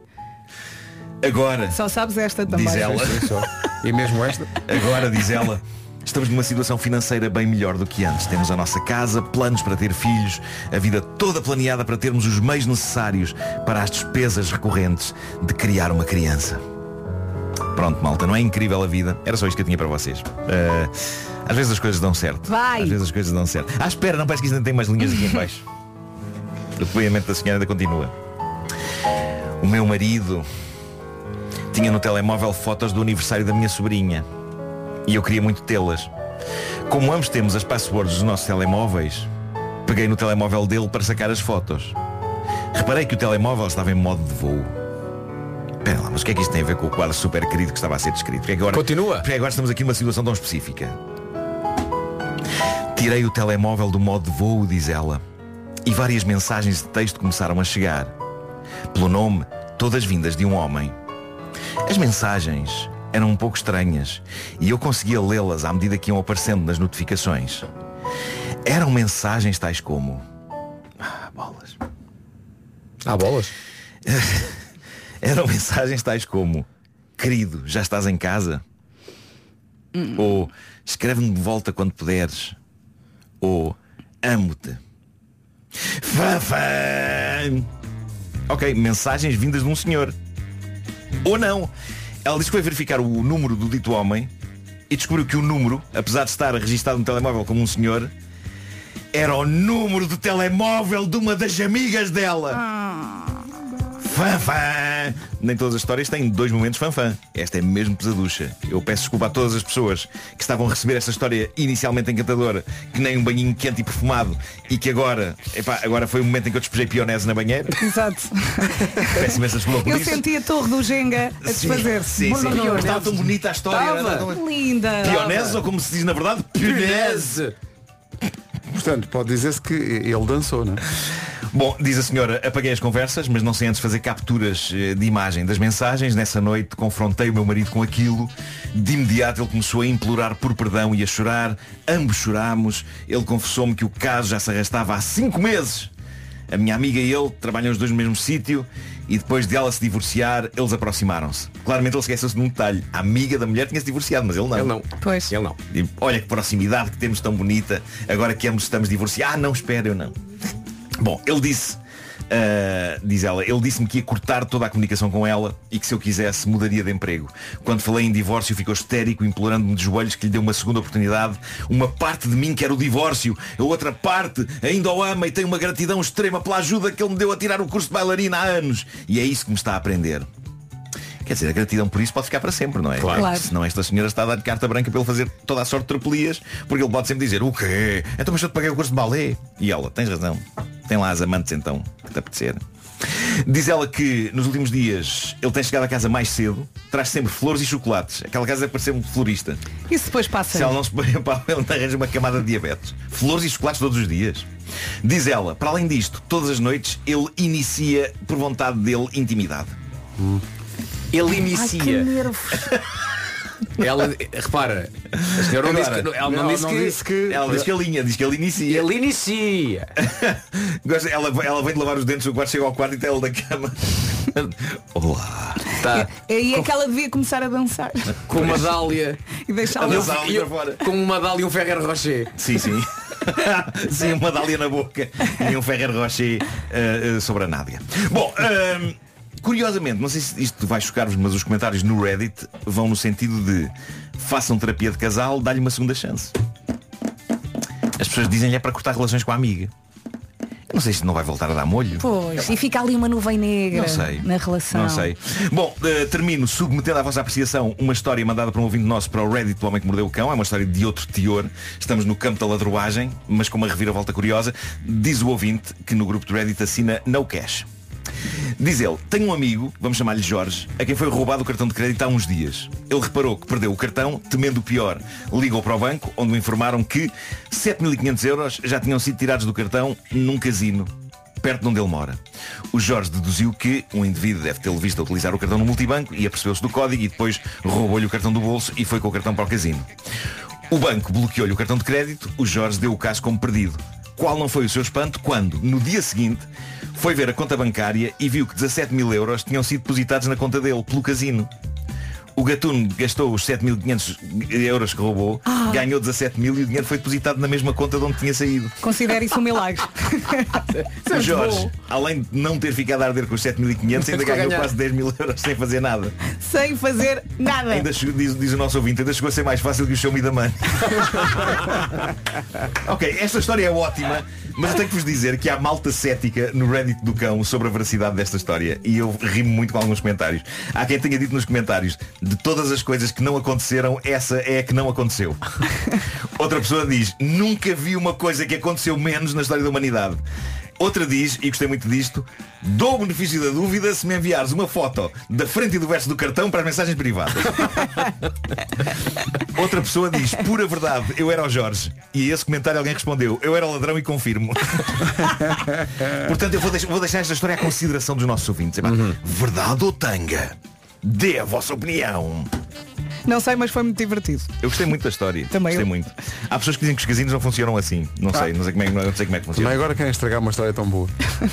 [SPEAKER 14] Agora,
[SPEAKER 4] Só sabes esta também.
[SPEAKER 14] Diz ela.
[SPEAKER 1] E mesmo esta?
[SPEAKER 14] Agora, diz ela, Estamos numa situação financeira bem melhor do que antes. Temos a nossa casa, planos para ter filhos, a vida toda planeada para termos os meios necessários para as despesas recorrentes de criar uma criança. Pronto, malta, não é incrível a vida? Era só isto que eu tinha para vocês. Eh, às vezes as coisas dão certo.
[SPEAKER 4] Vai.
[SPEAKER 14] Às vezes as coisas dão certo. Ah, espera, não parece que isto ainda tem mais linhas aqui em baixo. O depoimento da senhora ainda continua. O meu marido tinha no telemóvel fotos do aniversário da minha sobrinha. E eu queria muito tê-las. Como ambos temos as passwords dos nossos telemóveis, peguei no telemóvel dele para sacar as fotos. Reparei que o telemóvel estava em modo de voo. Espera lá, mas o que é que isto tem a ver com o quadro super querido que estava a ser descrito? Porque agora, Continua. Porque é agora estamos aqui numa situação tão específica. Tirei o telemóvel do modo de voo, diz ela, e várias mensagens de texto começaram a chegar. Pelo nome, todas vindas de um homem. As mensagens eram um pouco estranhas e eu conseguia lê-las à medida que iam aparecendo nas notificações. Eram mensagens tais como. Ah, bolas. Ah, bolas? eram mensagens tais como: Querido, já estás em casa? Ou escreve-me de volta quando puderes. Ou amo-te. Fafã! Ok, mensagens vindas de um senhor. Ou não. Ela disse que foi verificar o número do dito homem e descobriu que o número, apesar de estar registado no telemóvel como um senhor, era o número do telemóvel de uma das amigas dela. Fanfã! Nem todas as histórias têm dois momentos fanfã. Esta é mesmo pesaducha. Eu peço desculpa a todas as pessoas que estavam a receber esta história inicialmente encantadora, que nem um banhinho quente e perfumado, e que agora, epá, agora foi o momento em que eu despejei pionese na banheira.
[SPEAKER 4] Exato.
[SPEAKER 14] Peço imensas desculpa por
[SPEAKER 4] Eu
[SPEAKER 14] isso.
[SPEAKER 4] senti a torre do Jenga a
[SPEAKER 14] Sim,
[SPEAKER 4] desfazer-se.
[SPEAKER 14] sim, sim. Estava tão bonita a história, era tão-
[SPEAKER 4] Linda.
[SPEAKER 14] Pionese, ou como se diz na verdade, pionese.
[SPEAKER 1] Portanto, pode dizer-se que ele dançou, não é?
[SPEAKER 14] Bom, diz a senhora, apaguei as conversas, mas não sem antes fazer capturas eh, de imagem das mensagens. Nessa noite confrontei o meu marido com aquilo. De imediato ele começou a implorar por perdão e a chorar. Ambos chorámos. Ele confessou-me que o caso já se arrastava há cinco meses. A minha amiga e ele trabalham os dois no mesmo sítio e depois dela se divorciar, eles aproximaram-se. Claramente ele esqueceu-se de um detalhe. A amiga da mulher tinha-se divorciado, mas ele não. Ele não.
[SPEAKER 4] Pois.
[SPEAKER 14] Ele não. E olha que proximidade que temos tão bonita, agora que ambos estamos divorciados. Ah, não, espera, eu não. Bom, ele disse, ah, diz ela, ele disse-me que ia cortar toda a comunicação com ela e que se eu quisesse mudaria de emprego. Quando falei em divórcio ficou histérico, implorando-me de joelhos que lhe dê uma segunda oportunidade. Uma parte de mim quer o divórcio, a outra parte ainda o ama e tem uma gratidão extrema pela ajuda que ele me deu a tirar o curso de bailarina há anos. E é isso que me está a aprender. Quer dizer, a gratidão por isso pode ficar para sempre, não é?
[SPEAKER 16] Claro. Claro.
[SPEAKER 14] Senão esta senhora está a dar carta branca para ele fazer toda a sorte de tropelias, porque ele pode sempre dizer, o quê? Então mas eu te paguei o curso de balé. E ela, tens razão. Tem lá as amantes então, que te apetecer. Diz ela que nos últimos dias ele tem chegado à casa mais cedo, traz sempre flores e chocolates. Aquela casa é parecer um florista.
[SPEAKER 4] Isso depois passa.
[SPEAKER 14] Se ela não se põe a pau, ele arranja uma camada de diabetes. Flores e chocolates todos os dias. Diz ela, para além disto, todas as noites ele inicia, por vontade dele, intimidade. Ele
[SPEAKER 2] inicia. Ai, que Ela, repara, a senhora não disse que, ela não, disse, que,
[SPEAKER 14] Ela disse que ele linha, diz que ele inicia.
[SPEAKER 2] Ele inicia.
[SPEAKER 14] Gosta- ela, ela vem de lavar os dentes no quarto, chega ao quarto e tem ele da cama. Olá. Tá.
[SPEAKER 17] E é que ela devia começar a dançar.
[SPEAKER 2] Com uma dália.
[SPEAKER 17] E deixá-la
[SPEAKER 2] Eu-
[SPEAKER 1] Tá
[SPEAKER 2] eu- Com uma dália e um Ferrer Rocher.
[SPEAKER 14] Sim, sim. Sim, uma dália na boca e um Ferrer Rocher eh, eh, sobre a nádega. Bom, ahm, curiosamente, não sei se isto vai chocar-vos, mas os comentários no Reddit vão no sentido de façam terapia de casal, dá-lhe uma segunda chance. As pessoas dizem-lhe é para cortar relações com a amiga. Eu não sei se não vai voltar a dar molho.
[SPEAKER 4] Pois, e fica ali uma nuvem negra
[SPEAKER 14] Não sei.
[SPEAKER 4] na relação.
[SPEAKER 14] Não sei. Bom, eh, termino submetendo à vossa apreciação uma história mandada por um ouvinte nosso para o Reddit do Homem que Mordeu o Cão. É uma história de outro teor. Estamos no campo da ladroagem, mas com uma reviravolta curiosa. Diz o ouvinte que no grupo de Reddit assina No Cash. Diz ele, tenho um amigo, vamos chamar-lhe Jorge, a quem foi roubado o cartão de crédito há uns dias. Ele reparou que perdeu o cartão, temendo o pior. Ligou para o banco, onde o informaram que 7.500 euros já tinham sido tirados do cartão num casino perto de onde ele mora. O Jorge deduziu que um indivíduo deve tê-lo visto a utilizar o cartão no multibanco e apercebeu-se do código e depois roubou-lhe o cartão do bolso e foi com o cartão para o casino. O banco bloqueou-lhe o cartão de crédito, o Jorge deu o caso como perdido. Qual não foi o seu espanto quando, no dia seguinte, foi ver a conta bancária e viu que 17 mil euros tinham sido depositados na conta dele pelo casino. O gatuno gastou os 7.500 euros que roubou,
[SPEAKER 4] Ah.
[SPEAKER 14] ganhou 17 mil e o dinheiro foi depositado na mesma conta de onde tinha saído.
[SPEAKER 4] Considero isso um milagre.
[SPEAKER 14] O Jorge, além de não ter ficado a arder com os 7.500, ainda
[SPEAKER 17] Ficou a
[SPEAKER 14] ganhou
[SPEAKER 17] ganhar.
[SPEAKER 14] quase 10 mil euros sem fazer nada.
[SPEAKER 17] Sem fazer nada.
[SPEAKER 14] Ainda chegou- diz, diz o nosso ouvinte, ainda chegou a ser mais fácil que o show me da mãe. ok, esta história é ótima, mas eu tenho que vos dizer que há malta cética no Reddit do cão sobre a veracidade desta história. E eu rimo muito com alguns comentários. Há quem tenha dito nos comentários, de todas as coisas que não aconteceram, essa é a que não aconteceu. Outra pessoa diz, nunca vi uma coisa que aconteceu menos na história da humanidade. Outra diz, e gostei muito disto, dou o benefício da dúvida se me enviares uma foto da frente e do verso do cartão para as mensagens privadas. Outra pessoa diz, pura verdade, eu era o Jorge. E a esse comentário alguém respondeu, eu era o ladrão e confirmo. Portanto, eu vou, deix- vou deixar esta história à consideração dos nossos ouvintes. Epá, Verdade ou tanga? Dê a vossa opinião.
[SPEAKER 17] Não sei, mas foi muito divertido.
[SPEAKER 14] Eu gostei muito da história.
[SPEAKER 17] Também
[SPEAKER 14] gostei
[SPEAKER 17] eu.
[SPEAKER 14] muito. Há pessoas que dizem que os casinos não funcionam assim. Não
[SPEAKER 1] Ah.
[SPEAKER 14] sei, não sei como é, que- não sei como é que
[SPEAKER 1] Mas
[SPEAKER 14] funciona.
[SPEAKER 1] agora querem estragar uma história tão boa.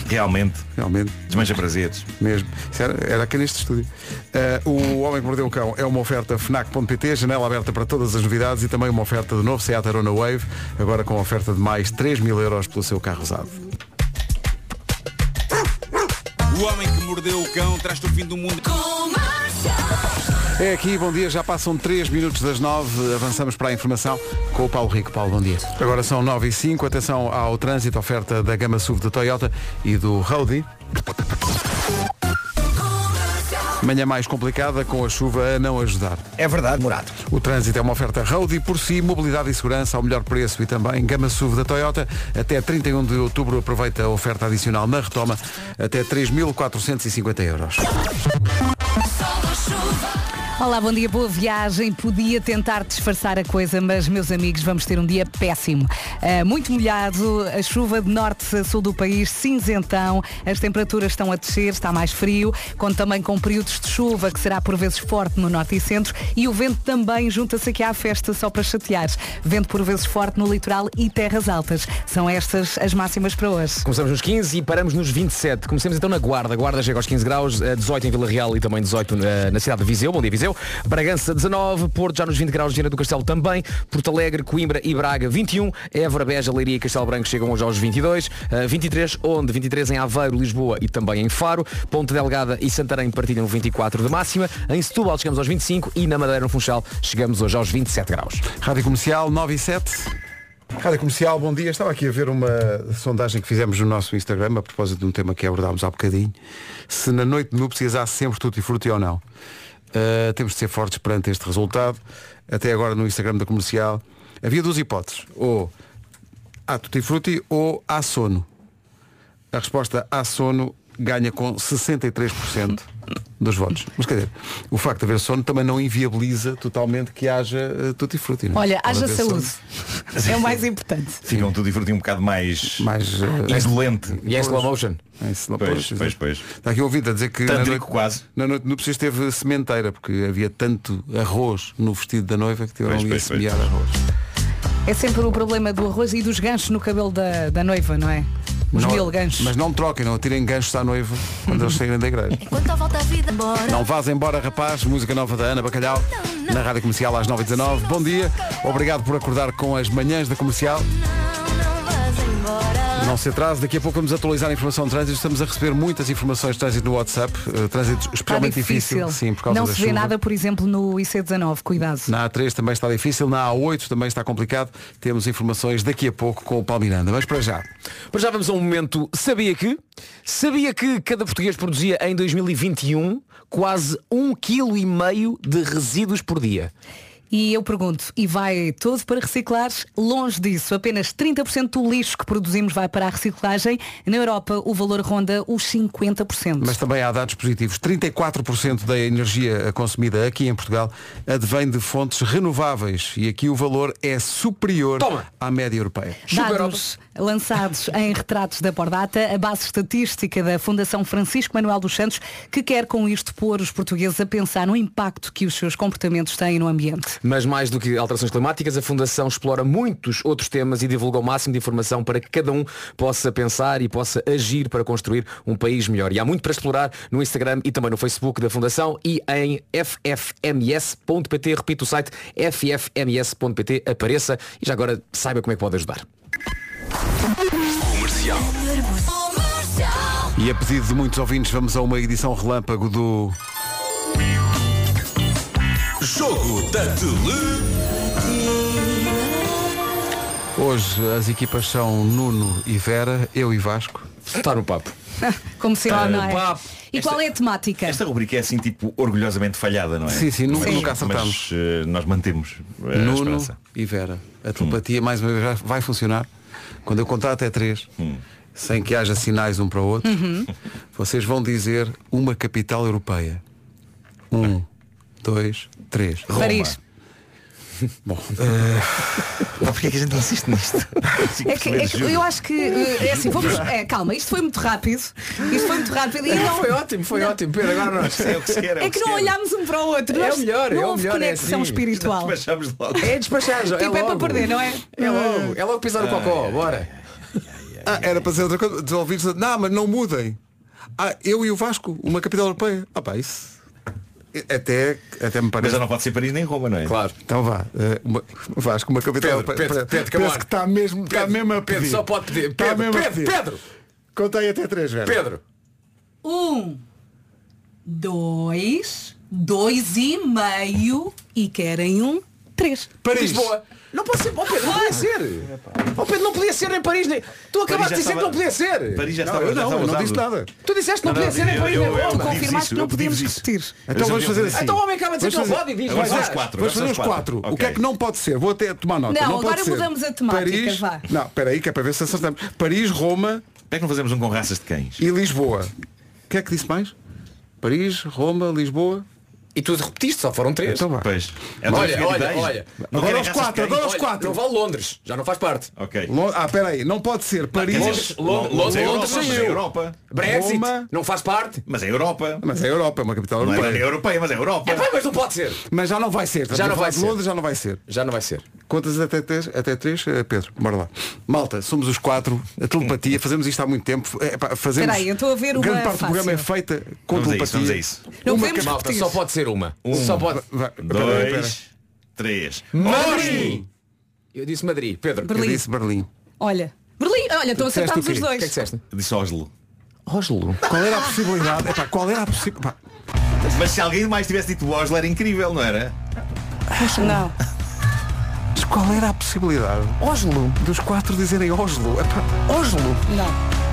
[SPEAKER 14] Realmente.
[SPEAKER 1] Realmente.
[SPEAKER 14] Desmancha prazeres.
[SPEAKER 1] Mesmo. Isso Era, era aqui neste estúdio. Eh, o Homem que Mordeu o Cão é uma oferta FNAC.pt, janela aberta para todas as novidades e também uma oferta de novo Seat Arona Wave, agora com oferta de mais 3 mil euros pelo seu carro usado.
[SPEAKER 16] O homem que mordeu o cão traz-te o fim do mundo.
[SPEAKER 1] É aqui, bom dia, já passam 3 minutos das 9, avançamos para a informação com o Paulo Rico. Paulo, bom dia. Agora são 9 e 5, atenção ao trânsito, oferta da gama SUV da Toyota e do Audi. Manhã mais complicada com a chuva a não ajudar.
[SPEAKER 3] É verdade, Murado.
[SPEAKER 1] O trânsito é uma oferta Road e por si, mobilidade e segurança ao melhor preço e também gama SUV da Toyota. Até 31 de outubro aproveita a oferta adicional na retoma até 3.450 euros.
[SPEAKER 4] Olá, bom dia, boa viagem. Podia tentar disfarçar a coisa, mas, meus amigos, vamos ter um dia péssimo. Ah, muito molhado, a chuva de norte a sul do país, cinzentão, as temperaturas estão a descer, está mais frio, conto também com períodos de chuva, que será por vezes forte no norte e centro, e o vento também junta-se aqui à festa só para chatear. Vento por vezes forte no litoral e terras altas. São estas as máximas para hoje.
[SPEAKER 2] Começamos nos 15 e paramos nos 27. Comecemos então na Guarda. Guarda chega aos 15 graus, eh, 18 em Vila Real e também 18 na, na cidade de Viseu. Bom dia, Viseu. Bragança, 19. Porto já nos 20 graus. Viana do Castelo também. Porto Alegre, Coimbra e Braga, 21. Évora, Beja, Leiria e Castelo Branco chegam hoje aos 22. Eh, 23 onde? 23 em Aveiro, Lisboa e também em Faro. Ponte Delgada e Santarém partilham 24 de máxima. Em Setúbal chegamos aos 25 e na Madeira, no Funchal, chegamos hoje aos 27 graus.
[SPEAKER 1] Rádio Comercial 9 e 7. Rádio Comercial, bom dia. Estava aqui a ver uma sondagem que fizemos no nosso Instagram a propósito de um tema que abordámos há bocadinho. Se na noite de núpcias há sempre tudo e fruto ou não. Uh, temos de ser fortes perante este resultado. Até agora no Instagram da Comercial havia duas hipóteses. Ou há tutti frutti ou há sono. A resposta há sono ganha com 63% dos votos. Mas quer dizer, o facto de haver sono também não inviabiliza totalmente que haja uh, tutti frutti. não é?
[SPEAKER 17] Olha,
[SPEAKER 1] Pode
[SPEAKER 17] haja
[SPEAKER 1] haver
[SPEAKER 17] saúde.
[SPEAKER 1] sono.
[SPEAKER 17] É o mais importante.
[SPEAKER 14] Ficam tudo divertido um bocado mais.
[SPEAKER 1] Mais. ah,
[SPEAKER 14] Isolente.
[SPEAKER 1] E em slow motion.
[SPEAKER 14] Pois, pois, pois.
[SPEAKER 1] Está aqui ouvido a dizer que na
[SPEAKER 14] Tântrico
[SPEAKER 1] noite,
[SPEAKER 14] quase.
[SPEAKER 1] na noite no preciso teve sementeira, porque havia tanto arroz no vestido da noiva que tiveram
[SPEAKER 14] Pois,
[SPEAKER 1] ali a
[SPEAKER 14] pois, pois.
[SPEAKER 1] semear arroz.
[SPEAKER 4] É sempre o problema do arroz e dos ganchos no cabelo da, da noiva, não é? Os
[SPEAKER 1] Não-
[SPEAKER 4] mil ganchos.
[SPEAKER 1] Mas não troquem, não tirem ganchos à noiva quando eles saírem da igreja.
[SPEAKER 7] Quanto à volta à vida, bora.
[SPEAKER 1] Não vás embora, rapaz. Música nova da Ana Bacalhau, na Rádio Comercial às 9h19. Bom dia. Obrigado por acordar com as manhãs da comercial. Não se atrase, daqui a pouco vamos atualizar a informação de trânsito. Estamos a receber muitas informações de trânsito no WhatsApp. Eh, Trânsito
[SPEAKER 4] Está
[SPEAKER 1] especialmente
[SPEAKER 4] difícil.
[SPEAKER 1] difícil. Sim, por causa
[SPEAKER 4] não
[SPEAKER 1] da
[SPEAKER 4] se vê
[SPEAKER 1] chuva.
[SPEAKER 4] nada, por exemplo, no IC19, cuidado.
[SPEAKER 1] Na A3 também está difícil, na A8 também está complicado. Temos informações daqui a pouco com o Paulo Miranda. Mas para já.
[SPEAKER 2] Para já vamos a um momento. Sabia que? Sabia que cada português produzia em 2021 quase um quilo e meio de resíduos por dia.
[SPEAKER 4] E eu pergunto, e vai todo para reciclar? Longe disso, apenas 30% do lixo que produzimos vai para a reciclagem. Na Europa, o valor ronda os 50%.
[SPEAKER 1] Mas também há dados positivos. 34% da energia consumida aqui em Portugal advém de fontes renováveis e aqui o valor é superior à média europeia.
[SPEAKER 4] Dados lançados em retratos da Pordata, a base estatística da Fundação Francisco Manuel dos Santos, que quer com isto pôr os portugueses a pensar no impacto que os seus comportamentos têm no ambiente.
[SPEAKER 2] Mas mais do que alterações climáticas, a Fundação explora muitos outros temas e divulga o máximo de informação para que cada um possa pensar e possa agir para construir um país melhor. E há muito para explorar no Instagram e também no Facebook da Fundação e em ffms.pt. Repito o site ffms.pt. Apareça e já agora saiba como é que pode ajudar.
[SPEAKER 1] Comercial. E a pedido de muitos ouvintes, vamos a uma edição relâmpago do.
[SPEAKER 11] Jogo da
[SPEAKER 1] Hoje as equipas são Nuno e Vera, eu e Vasco.
[SPEAKER 2] Está no papo.
[SPEAKER 4] Como se lá,
[SPEAKER 14] Ah,
[SPEAKER 4] não é?
[SPEAKER 14] pá,
[SPEAKER 4] E qual é a temática?
[SPEAKER 14] Esta rubrica é assim, tipo, orgulhosamente falhada, não é?
[SPEAKER 1] Sim, sim, nunca-
[SPEAKER 14] Mas-
[SPEAKER 1] nunca acertamos.
[SPEAKER 14] Mas eh, nós mantemos eh, a
[SPEAKER 1] Nuno
[SPEAKER 14] esperança. Hum.
[SPEAKER 1] e Vera. A telepatia, mais uma vez, vai funcionar. Quando eu contar até três,
[SPEAKER 14] Hum.
[SPEAKER 1] sem que haja sinais um para o outro,
[SPEAKER 12] Uhum.
[SPEAKER 1] vocês vão dizer uma capital europeia. Um, dois, três.
[SPEAKER 2] é
[SPEAKER 1] Roma.
[SPEAKER 4] Paris.
[SPEAKER 1] Bom, eh,
[SPEAKER 14] Porquê é que a gente insiste nisto?
[SPEAKER 4] É que, é que eu acho que eh, é assim, vamos. É, calma, isto foi muito rápido. Isto foi muito rápido. E não,
[SPEAKER 2] É, Foi ótimo, foi ótimo. Pedro, agora nós. É o que se quer, é o
[SPEAKER 4] É
[SPEAKER 2] que
[SPEAKER 4] que
[SPEAKER 2] se
[SPEAKER 4] não
[SPEAKER 2] quer.
[SPEAKER 4] olhámos um para o outro.
[SPEAKER 2] É
[SPEAKER 4] Nós-
[SPEAKER 2] o melhor, é
[SPEAKER 4] não
[SPEAKER 2] o
[SPEAKER 4] houve
[SPEAKER 2] melhor, é
[SPEAKER 4] conexão
[SPEAKER 2] assim.
[SPEAKER 4] espiritual.
[SPEAKER 14] Despachamos logo.
[SPEAKER 2] É despachar, já, é
[SPEAKER 4] Tipo, é para
[SPEAKER 2] logo.
[SPEAKER 4] perder, não é?
[SPEAKER 2] É logo, é logo pisar o cocó, bora.
[SPEAKER 1] Ah, era para ser outra coisa. Os ouvintes, não, mas não mudem. Ah, eu e o Vasco, uma capital europeia. Ah pá, isso. é Até, até me
[SPEAKER 14] Mas
[SPEAKER 1] parece.
[SPEAKER 14] já não pode ser Paris nem Roma, não é? Claro.
[SPEAKER 1] Então vá, eh, uma, Vasco, uma capital
[SPEAKER 14] Pedro,
[SPEAKER 1] europeia.
[SPEAKER 14] Pedro,
[SPEAKER 1] Espera,
[SPEAKER 14] Pedro, come
[SPEAKER 1] Penso
[SPEAKER 14] on.
[SPEAKER 1] que está mesmo, está mesmo a pedir.
[SPEAKER 2] Pedro, só pode pedir.
[SPEAKER 1] Está
[SPEAKER 2] Pedro,
[SPEAKER 1] mesmo a
[SPEAKER 2] Pedro,
[SPEAKER 1] pedir.
[SPEAKER 2] Pedro!
[SPEAKER 1] Contei até três, velho.
[SPEAKER 2] Pedro.
[SPEAKER 4] Um, dois, dois e meio e querem um, três.
[SPEAKER 2] Paris. Lisboa. Não pode ser. Oh Pedro, não podia ser. Oh Pedro, não podia ser nem Paris nem. Tu acabaste de
[SPEAKER 14] já
[SPEAKER 2] dizer que
[SPEAKER 14] estava-
[SPEAKER 2] não podia ser.
[SPEAKER 14] Paris já
[SPEAKER 2] não,
[SPEAKER 14] estava-
[SPEAKER 2] eu
[SPEAKER 14] já
[SPEAKER 2] não,
[SPEAKER 14] estava
[SPEAKER 2] eu não
[SPEAKER 14] usado.
[SPEAKER 2] disse nada. Tu disseste que não,
[SPEAKER 14] Não,
[SPEAKER 2] podia ser
[SPEAKER 14] não,
[SPEAKER 2] nem
[SPEAKER 14] eu-
[SPEAKER 2] Paris nem
[SPEAKER 14] eu- eu-
[SPEAKER 2] Roma.
[SPEAKER 14] eu digo
[SPEAKER 2] Confirmaste
[SPEAKER 14] isso,
[SPEAKER 2] que não
[SPEAKER 14] eu digo
[SPEAKER 2] podíamos
[SPEAKER 14] isso.
[SPEAKER 2] discutir.
[SPEAKER 1] Então vamos fazer assim.
[SPEAKER 2] Então o homem acaba de dizer que
[SPEAKER 1] Vamos
[SPEAKER 2] não
[SPEAKER 1] fazer-
[SPEAKER 2] pode e diz.
[SPEAKER 1] Agora
[SPEAKER 2] vai
[SPEAKER 1] são
[SPEAKER 2] lá.
[SPEAKER 1] os quatro. Vamos fazer
[SPEAKER 14] agora
[SPEAKER 1] os
[SPEAKER 14] são os quatro.
[SPEAKER 1] quatro. O que é que não pode ser? Vou até tomar nota.
[SPEAKER 4] Não,
[SPEAKER 1] pode
[SPEAKER 4] agora
[SPEAKER 1] ser.
[SPEAKER 4] mudamos a temática,
[SPEAKER 1] Paris...
[SPEAKER 4] vá.
[SPEAKER 1] Não, espera aí, que é para ver se acertamos. Paris, Roma
[SPEAKER 14] Como é que não fazemos um com raças de cães?
[SPEAKER 1] e Lisboa. O que é que disse mais? Paris, Roma, Lisboa.
[SPEAKER 2] E tu repetiste, só foram três.
[SPEAKER 1] Então vá.
[SPEAKER 14] Pois.
[SPEAKER 2] Olha, olha, olha.
[SPEAKER 1] Agora aos quatro, agora aos
[SPEAKER 2] Então, Olha,
[SPEAKER 1] quatro.
[SPEAKER 2] Não vale Londres, já não faz parte.
[SPEAKER 14] Ok.
[SPEAKER 1] Lo- Ah, espera aí, não pode ser. Paris,
[SPEAKER 2] Londres, Londres, Londres,
[SPEAKER 14] Europa, mas é
[SPEAKER 2] saiu.
[SPEAKER 14] Europa.
[SPEAKER 2] Brexit,
[SPEAKER 1] Roma.
[SPEAKER 2] não faz parte.
[SPEAKER 14] Mas é Europa.
[SPEAKER 1] Mas é Europa, é uma capital
[SPEAKER 14] Não é
[SPEAKER 1] europeia.
[SPEAKER 14] União Europeia, mas é Europa.
[SPEAKER 2] É pá, mas não pode ser.
[SPEAKER 1] Mas já não vai ser. Estamos
[SPEAKER 2] Já
[SPEAKER 1] a
[SPEAKER 2] não
[SPEAKER 1] falar
[SPEAKER 2] vai
[SPEAKER 1] de
[SPEAKER 2] ser.
[SPEAKER 1] Londres já não vai ser.
[SPEAKER 2] Já não vai ser.
[SPEAKER 1] Contas até três, até três eh, Pedro, bora lá. Malta, somos os quatro, a telepatia, fazemos isto há muito tempo. eh, pá, fazemos,
[SPEAKER 4] Hum. Espera aí, eu estou a ver uma
[SPEAKER 1] grande parte
[SPEAKER 4] fácil.
[SPEAKER 1] do programa é feita com
[SPEAKER 14] Vamos a isso,
[SPEAKER 1] telepatia.
[SPEAKER 14] vamos a isso.
[SPEAKER 4] Não
[SPEAKER 1] Uma
[SPEAKER 4] podemos
[SPEAKER 1] cam-
[SPEAKER 2] Malta,
[SPEAKER 4] repetir.
[SPEAKER 2] só pode ser uma.
[SPEAKER 14] Um.
[SPEAKER 2] Só pode.
[SPEAKER 1] Vai- espera aí, espera aí.
[SPEAKER 14] Dois, três.
[SPEAKER 2] Madrid! Eu disse Madrid. Pedro,
[SPEAKER 1] Eu
[SPEAKER 4] Berlim.
[SPEAKER 1] disse Berlim.
[SPEAKER 4] Olha. Berlim, olha, estão
[SPEAKER 1] Disseste
[SPEAKER 4] acertados
[SPEAKER 1] o quê?
[SPEAKER 4] os
[SPEAKER 2] o que é que
[SPEAKER 4] dois.
[SPEAKER 2] disseste?
[SPEAKER 14] Disse Oslo.
[SPEAKER 2] Oslo.
[SPEAKER 1] Qual era a possibilidade? Epá, qual era a possibilidade?
[SPEAKER 14] Mas se alguém mais tivesse dito Oslo era incrível, não era?
[SPEAKER 2] é
[SPEAKER 4] Não.
[SPEAKER 1] Mas qual era a possibilidade
[SPEAKER 2] Oslo.
[SPEAKER 1] dos quatro dizerem Oslo? Epá,
[SPEAKER 2] Oslo.
[SPEAKER 4] Não.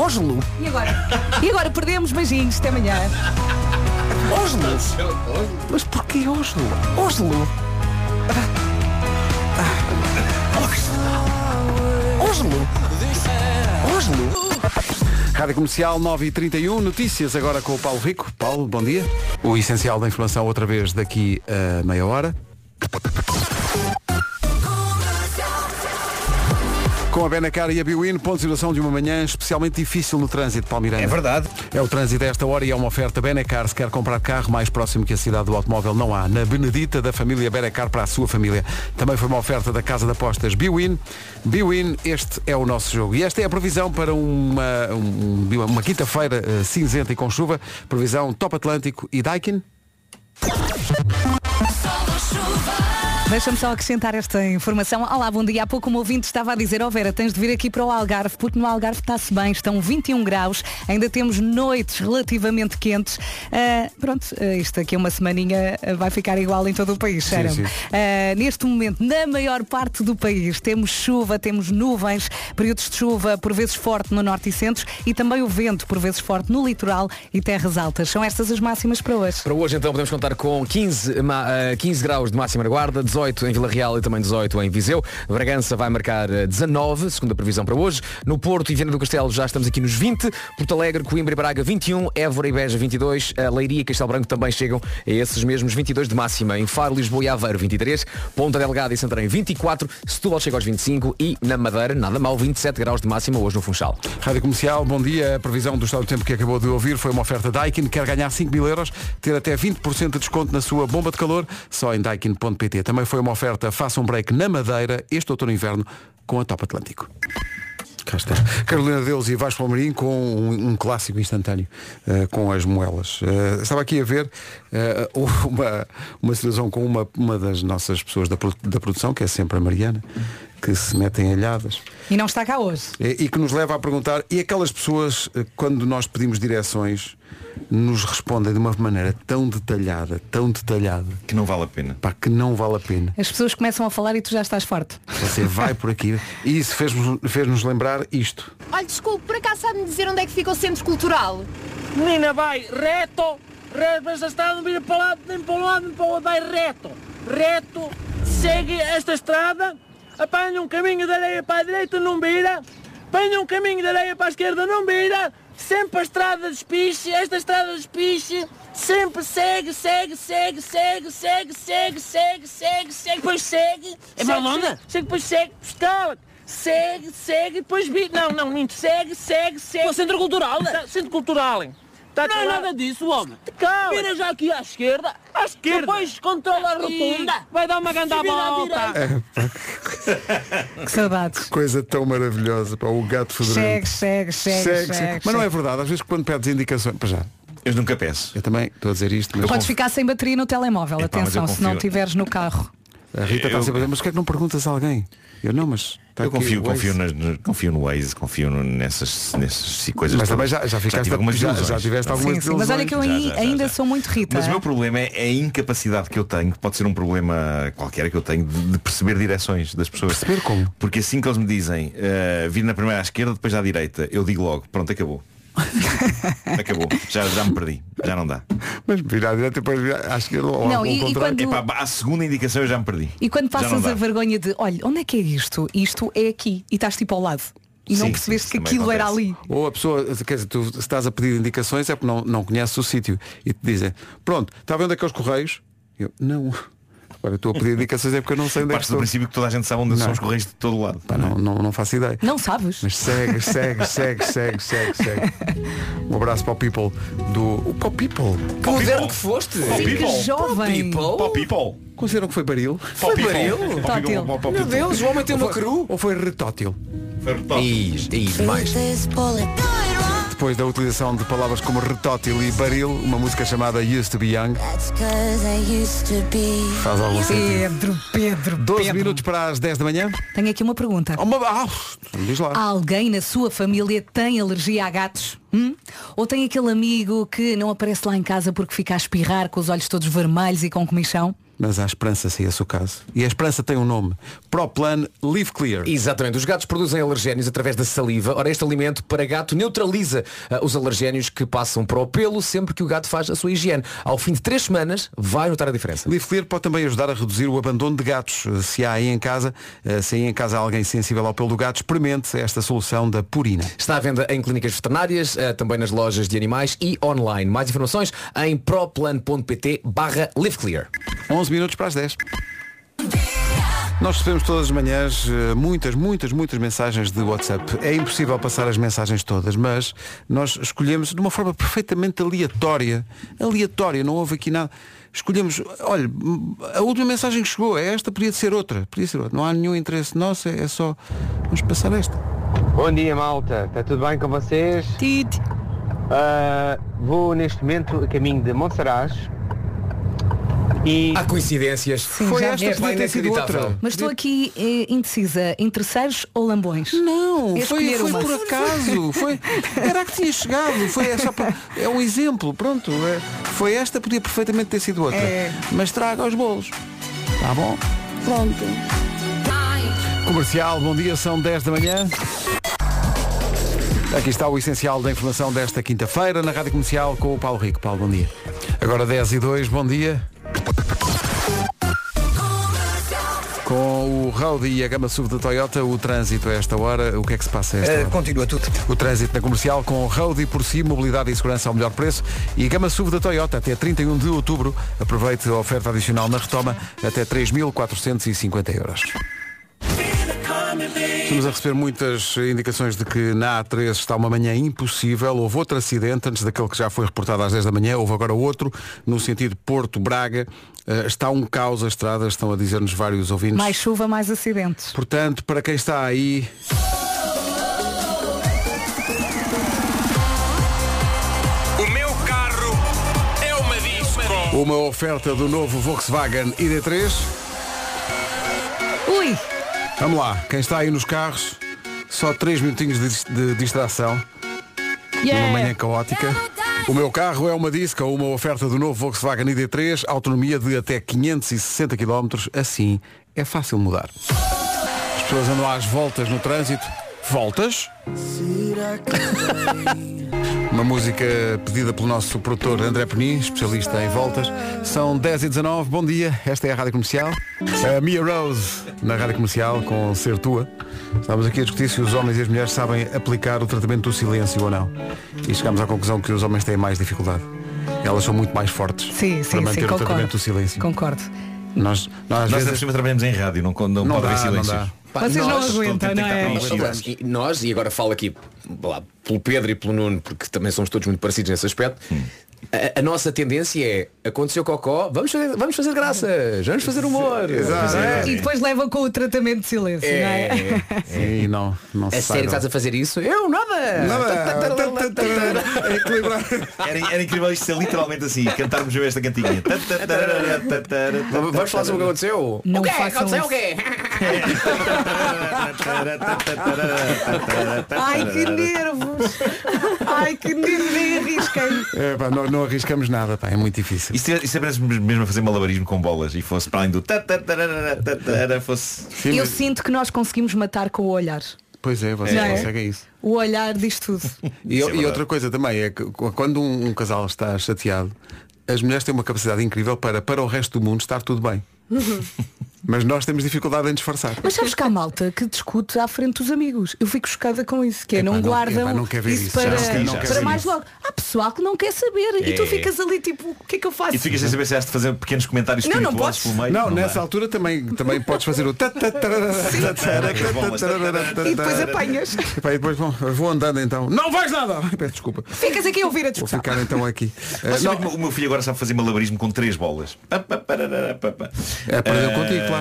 [SPEAKER 2] Oslo.
[SPEAKER 4] E agora? E agora perdemos beijinhos, até amanhã.
[SPEAKER 2] Oslo.
[SPEAKER 1] mas porquê Oslo?
[SPEAKER 2] Oslo. Oslo. Oslo.
[SPEAKER 1] Rádio Comercial 9h31, notícias agora com o Paulo Rico. Paulo, bom dia. O essencial da informação outra vez daqui a meia hora. Com a Benacar e a Biwin, ponto de situação de uma manhã especialmente difícil no trânsito, Palmeiras.
[SPEAKER 3] É verdade.
[SPEAKER 1] É o trânsito a esta hora e é uma oferta Benacar. Se quer comprar carro mais próximo que a cidade do automóvel, não há. Na Benedita da família Benacar para a sua família. Também foi uma oferta da Casa de Apostas Biwin. Biwin, este é o nosso jogo. E esta é a previsão para uma, um- uma quinta-feira eh, cinzenta e com chuva. Previsão Top Atlântico e Daikin.
[SPEAKER 4] Deixa-me só acrescentar esta informação. Olá, bom dia. Há pouco um ouvinte estava a dizer, ó Vera, tens de vir aqui para o Algarve, porque no Algarve está-se bem, estão 21 graus, ainda temos noites relativamente quentes. Ah, pronto, ah, isto aqui é uma semaninha ah, vai ficar igual em todo o país, sério.
[SPEAKER 1] sim.
[SPEAKER 4] Ah, neste momento, na maior parte do país, temos chuva, temos nuvens, períodos de chuva por vezes forte no norte e centro e também o vento por vezes forte no litoral e terras altas. São estas as máximas para hoje.
[SPEAKER 2] Para hoje então podemos contar com 15, ma- eh, 15 graus de máxima na guarda, 18 18 em Vila Real e também 18 em Viseu. Bragança vai marcar eh, 19, segunda previsão para hoje. No Porto e Viana do Castelo já estamos aqui nos 20. Porto Alegre, Coimbra e Braga 21. Évora e Beja 22. A Leiria e Castelo Branco também chegam a esses mesmos 22 de máxima. Em Faro, Lisboa e Aveiro 23. Ponta Delgada e Santarém 24. Setúbal chega aos 25. E na Madeira, nada mal, 27 graus de máxima hoje no Funchal.
[SPEAKER 1] Rádio Comercial, bom dia. A previsão do estado do tempo que acabou de ouvir foi uma oferta Daikin. Quer ganhar 5 mil euros, ter até 20% de desconto na sua bomba de calor, só em daikin.pt. Também foi uma oferta Faça um Break na Madeira, este outono e inverno, com a Top Atlântico. Cá está. Carolina Deus e Vasco Palmeirim com um, um clássico instantâneo, eh, com as moelas. Eh, estava aqui a ver eh, uma, uma situação com uma, uma das nossas pessoas da, produ- da produção, que é sempre a Mariana, que se mete em alhadas.
[SPEAKER 4] E não está cá hoje.
[SPEAKER 1] Eh, E, e que nos leva a perguntar, e aquelas pessoas, eh, quando nós pedimos direções, nos respondem de uma maneira tão detalhada, tão detalhada.
[SPEAKER 14] Que não vale a pena.
[SPEAKER 1] Pá, que não vale a pena.
[SPEAKER 4] As pessoas começam a falar e tu já estás forte.
[SPEAKER 1] Você vai por aqui. E isso fez-nos fez-nos lembrar isto.
[SPEAKER 18] Olha, desculpe, por acaso sabe-me dizer onde é que fica o Centro Cultural?
[SPEAKER 19] Menina, vai reto, reto, mas a estrada não vira para o lado, nem para um lado, nem para o outro, vai reto, reto, segue esta estrada, apanha um caminho de areia para a direita, não vira, apanha um caminho de areia para a esquerda, não vira, sempre a estrada despiche, esta estrada despiche, sempre segue, segue, segue, segue, segue, segue, segue, segue, segue, depois segue,
[SPEAKER 12] É
[SPEAKER 19] segue,
[SPEAKER 12] balona?
[SPEAKER 19] segue, segue, depois segue, escala. Segue, segue, depois vi. Não, não, minto. Segue, segue, segue. Centro Cultural? Centro Cultural, hein? Tá
[SPEAKER 12] né? Não é
[SPEAKER 19] calado.
[SPEAKER 12] nada disso, homem.
[SPEAKER 19] Calma.
[SPEAKER 12] Vira já aqui à esquerda.
[SPEAKER 19] À esquerda.
[SPEAKER 12] Depois controla a rotunda.
[SPEAKER 19] Vai dar uma grande
[SPEAKER 12] Se vira à
[SPEAKER 19] volta.
[SPEAKER 4] Que saudades.
[SPEAKER 1] Coisa tão maravilhosa, pá, o gato
[SPEAKER 4] Chegue,
[SPEAKER 1] fedorento.
[SPEAKER 4] chegue, chegue, chegue. chegue.
[SPEAKER 1] Mas não é verdade, às vezes quando pedes indicações. Pá, já.
[SPEAKER 14] Eu nunca peço.
[SPEAKER 1] Eu também estou a dizer isto, mas.
[SPEAKER 4] Podes ficar sem bateria no telemóvel,
[SPEAKER 1] Epá, mas eu
[SPEAKER 4] atenção, se não
[SPEAKER 1] confio.
[SPEAKER 4] tiveres no carro.
[SPEAKER 1] A Rita está
[SPEAKER 14] Eu-
[SPEAKER 1] sempre a dizer, mas o que é que não perguntas a alguém? Eu não, mas. está
[SPEAKER 14] Eu
[SPEAKER 1] Tá aqui
[SPEAKER 14] confio,
[SPEAKER 1] o Waze.
[SPEAKER 14] confio, nas- no, confio no Waze, confio no- nessas, nessas coisas.
[SPEAKER 1] Mas também
[SPEAKER 14] todas.
[SPEAKER 1] já- já ficaste-
[SPEAKER 14] tive algumas
[SPEAKER 1] já-
[SPEAKER 14] desilusões.
[SPEAKER 1] já tiveste algumas Sim, sim,
[SPEAKER 4] Mas olha que eu
[SPEAKER 14] Já,
[SPEAKER 4] ai-
[SPEAKER 14] já, já,
[SPEAKER 4] ainda
[SPEAKER 14] já.
[SPEAKER 4] sou muito Rita.
[SPEAKER 14] Mas o
[SPEAKER 4] é?
[SPEAKER 14] meu problema é a incapacidade que eu tenho, que pode ser um problema qualquer que eu tenho, de, de perceber direções das pessoas.
[SPEAKER 1] Perceber como?
[SPEAKER 14] Porque assim que eles me dizem, eh, vir na primeira à esquerda, depois à direita, eu digo logo, pronto, acabou. acabou. Já, já me perdi. Já não dá.
[SPEAKER 1] Mas virar à direita e depois virar à esquerda ou
[SPEAKER 4] Não,
[SPEAKER 1] ao
[SPEAKER 4] e- e
[SPEAKER 1] contrário.
[SPEAKER 4] quando-
[SPEAKER 14] Epá, a segunda indicação eu já me perdi.
[SPEAKER 4] E quando
[SPEAKER 14] Já não
[SPEAKER 4] passas
[SPEAKER 14] dá.
[SPEAKER 4] a vergonha de, olha, onde é que é isto? Isto é aqui. E estás tipo ao lado. E não
[SPEAKER 1] Sim,
[SPEAKER 4] percebeste
[SPEAKER 1] sim,
[SPEAKER 4] que
[SPEAKER 1] também
[SPEAKER 4] aquilo era
[SPEAKER 1] acontece.
[SPEAKER 4] ali.
[SPEAKER 1] Ou a pessoa, quer dizer, tu se estás a pedir indicações é porque não, não conheces o sítio e te dizem, pronto, está vendo aqueles correios? Eu, não. Agora eu estou a pedir indicações é porque eu não sei onde é que
[SPEAKER 14] Parte do
[SPEAKER 1] estou.
[SPEAKER 14] princípio que toda a gente sabe onde
[SPEAKER 1] Não.
[SPEAKER 14] são os correios de todo lado.
[SPEAKER 1] Pá, não, não, não faço ideia.
[SPEAKER 4] Não sabes?
[SPEAKER 1] Mas segue, segue, segue, segue, segue, segue. Um abraço para o People do. o Para o People.
[SPEAKER 2] Que moderno que foste.
[SPEAKER 1] Para o
[SPEAKER 2] Sim, que
[SPEAKER 1] People.
[SPEAKER 2] jovem. Para o People. Para o People.
[SPEAKER 1] Consideram que foi baril?
[SPEAKER 2] Foi Foi
[SPEAKER 1] Para
[SPEAKER 2] baril? baril?
[SPEAKER 1] o People,
[SPEAKER 2] Tótil.
[SPEAKER 1] para o People.
[SPEAKER 2] Meu Deus, o homem tem
[SPEAKER 1] Ou
[SPEAKER 2] uma
[SPEAKER 1] foi- Ou foi retótil?
[SPEAKER 14] Foi
[SPEAKER 2] retótil. E demais.
[SPEAKER 1] Depois da utilização de palavras como retótil e baril, uma música chamada Used to Be Young. Faz algum sentido.
[SPEAKER 4] Pedro, Pedro,
[SPEAKER 1] 12
[SPEAKER 4] Pedro.
[SPEAKER 1] minutos para as 10 da manhã.
[SPEAKER 4] Tenho aqui uma pergunta.
[SPEAKER 1] Diz lá.
[SPEAKER 4] Alguém na sua família tem alergia a gatos? Hum? Ou tem aquele amigo que não aparece lá em casa porque fica a espirrar com os olhos todos vermelhos e com comichão?
[SPEAKER 1] Mas há esperança se esse é o caso. E a esperança tem um nome. Proplan Live Clear.
[SPEAKER 2] Exatamente, os gatos produzem alergénios através da saliva. Ora, este alimento para gato neutraliza ah, os alergénios que passam para o pelo sempre que o gato faz a sua higiene. Ao fim de três semanas, vai notar a diferença.
[SPEAKER 1] Live Clear pode também ajudar a reduzir o abandono de gatos. Se há aí em casa, eh, se há aí em casa alguém sensível ao pelo do gato, experimente esta solução da Purina.
[SPEAKER 2] Está à venda em clínicas veterinárias, ah, também nas lojas de animais e online. Mais informações em proplan.pt barra liveclear.
[SPEAKER 1] 11 minutos para as 10. Nós recebemos todas as manhãs eh, muitas, muitas, muitas mensagens de WhatsApp. É impossível passar as mensagens todas, mas nós escolhemos de uma forma perfeitamente aleatória. Aleatória, não houve aqui nada. Escolhemos, olha, a última mensagem que chegou é esta, podia ser outra. Podia ser outra. Não há nenhum interesse nosso, é só. Vamos passar esta.
[SPEAKER 20] Bom dia, malta. Está tudo bem com vocês? Tite. vou neste momento a caminho de Monsaraz. E...
[SPEAKER 2] Há coincidências.
[SPEAKER 20] Foi já-
[SPEAKER 1] esta, podia ter sido outra.
[SPEAKER 4] Mas estou aqui eh, indecisa, entre seiros ou lambões? Não,
[SPEAKER 1] Foi, foi por acaso. Foi, era a que tinha chegado. Foi é só para- é um exemplo. Pronto. é- foi esta, podia perfeitamente ter sido outra.
[SPEAKER 12] É.
[SPEAKER 1] Mas traga os bolos. Tá bom? Pronto. Comercial, bom dia, são 10 da manhã. Aqui está o essencial da informação desta quinta-feira na Rádio Comercial com o Paulo Rico. Paulo, bom dia. Agora 10 e 2, bom dia. Com o Audi e a gama SUV da Toyota, o trânsito a esta hora, o que é que se passa a esta
[SPEAKER 3] Eh,
[SPEAKER 1] hora?
[SPEAKER 3] continua tudo.
[SPEAKER 1] O trânsito na comercial com Roadie por si, mobilidade e segurança ao melhor preço e gama SUV da Toyota até 31 de outubro. Aproveite a oferta adicional na retoma até 3.450 euros. Estamos a receber muitas indicações de que na A3 está uma manhã impossível. Houve outro acidente antes daquele que já foi reportado às 10 da manhã. Houve agora outro no sentido Porto-Braga. Eh, está um caos a estrada, estão a dizer-nos vários ouvintes.
[SPEAKER 4] Mais chuva, mais acidentes.
[SPEAKER 1] Portanto, para quem está aí,
[SPEAKER 5] O meu carro é uma disco.
[SPEAKER 1] uma oferta do novo Volkswagen ID3.
[SPEAKER 4] Ui!
[SPEAKER 1] Vamos lá, quem está aí nos carros, só 3 minutinhos de, dis- de distração.
[SPEAKER 12] Yeah.
[SPEAKER 4] É.
[SPEAKER 1] Uma manhã caótica. O meu carro é uma disco, uma oferta do novo Volkswagen ID3, autonomia de até 560 km. Assim é fácil mudar. As pessoas andam às voltas no trânsito. Voltas? Uma música pedida pelo nosso produtor André Penin, especialista em voltas. São 10 e 19 bom dia. Esta é a Rádio Comercial. A Mia Rose, na Rádio Comercial, com Ser Tua. Estávamos aqui a discutir se os homens e as mulheres sabem aplicar o tratamento do silêncio ou não. E chegámos à conclusão que os homens têm mais dificuldade. Elas são muito mais fortes
[SPEAKER 4] Sim, sim,
[SPEAKER 1] para manter
[SPEAKER 4] sim,
[SPEAKER 1] o um tratamento do
[SPEAKER 4] concordo.
[SPEAKER 1] silêncio.
[SPEAKER 4] Concordo.
[SPEAKER 1] Nós, nós, às
[SPEAKER 14] Nós
[SPEAKER 1] vezes,
[SPEAKER 14] ainda por cima trabalhamos em rádio, não, não,
[SPEAKER 1] Não
[SPEAKER 14] pode
[SPEAKER 1] dá,
[SPEAKER 14] haver
[SPEAKER 1] não
[SPEAKER 14] silêncios.
[SPEAKER 1] dá.
[SPEAKER 2] Pá,
[SPEAKER 4] Vocês não
[SPEAKER 2] nós-
[SPEAKER 4] aguentam, não é?
[SPEAKER 2] Mas, aliás, e nós, e agora falo aqui lá, pelo Pedro e pelo Nuno, porque também somos todos muito parecidos nesse aspecto, a, a nossa tendência é, aconteceu cocó, vamos fazer, vamos fazer graças, vamos fazer humor.
[SPEAKER 1] Exato.
[SPEAKER 2] É.
[SPEAKER 4] E depois levam com o tratamento de silêncio, não é?
[SPEAKER 1] E não, não se sai
[SPEAKER 2] a sério que
[SPEAKER 1] do-
[SPEAKER 2] estás a fazer isso? Eu nada!
[SPEAKER 1] Ah,
[SPEAKER 14] É Era, era incrível isto ser literalmente assim, cantarmos mesmo esta cantinha.
[SPEAKER 2] Vamos falar sobre o que aconteceu?
[SPEAKER 12] Não
[SPEAKER 2] o que
[SPEAKER 12] façam
[SPEAKER 2] aconteceu o
[SPEAKER 12] isso.
[SPEAKER 2] quê?
[SPEAKER 4] Ai, que nervos! Ai, que nervos! Nem arrisquem!
[SPEAKER 1] É, pá, não, não arriscamos nada, pá, é muito difícil.
[SPEAKER 14] E se, e se aprendêssemos mesmo a fazer malabarismo com bolas e fosse para além do ta- ta- tararara, ta- tarara, fosse.
[SPEAKER 4] Eu sinto que nós conseguimos matar com o olhar.
[SPEAKER 1] Pois é, vocês
[SPEAKER 4] Não é?
[SPEAKER 1] conseguem isso.
[SPEAKER 4] O olhar diz tudo.
[SPEAKER 1] E, e outra coisa também é que qu- quando um, um casal está chateado, as mulheres têm uma capacidade incrível para, para o resto do mundo, estar tudo bem. Mas nós temos dificuldade em disfarçar.
[SPEAKER 4] Mas sabes que há malta que discute à frente dos amigos. Eu fico chocada com isso, que é, não guardam
[SPEAKER 1] epá, não quer ver isso, já
[SPEAKER 4] para,
[SPEAKER 1] não quer- não quer
[SPEAKER 4] para
[SPEAKER 1] ver
[SPEAKER 4] mais
[SPEAKER 1] isso.
[SPEAKER 4] logo. Há pessoal que não quer saber e tu
[SPEAKER 14] É.
[SPEAKER 4] ficas ali tipo, o que é que eu faço?
[SPEAKER 14] E tu ficas sem saber se has de fazer pequenos comentários
[SPEAKER 4] Não, não
[SPEAKER 14] espirituosos
[SPEAKER 4] podes.
[SPEAKER 14] pelo meio.
[SPEAKER 1] Não, nessa altura também, também podes fazer o ta- ta- tarara-
[SPEAKER 14] Sim.
[SPEAKER 1] ta- tarara- ta- ta- tarara- ta-
[SPEAKER 14] E depois
[SPEAKER 1] tarara.
[SPEAKER 14] apanhas.
[SPEAKER 1] Epá, E depois bom, vou andando então. Não vais nada! Ai, Peço desculpa.
[SPEAKER 4] Ficas aqui a ouvir a
[SPEAKER 1] Vou
[SPEAKER 4] discussão.
[SPEAKER 1] ficar então aqui.
[SPEAKER 14] Mas sabe que o meu filho agora sabe fazer malabarismo com três bolas.
[SPEAKER 1] É, Aprendeu
[SPEAKER 14] Ah,
[SPEAKER 1] contigo, claro.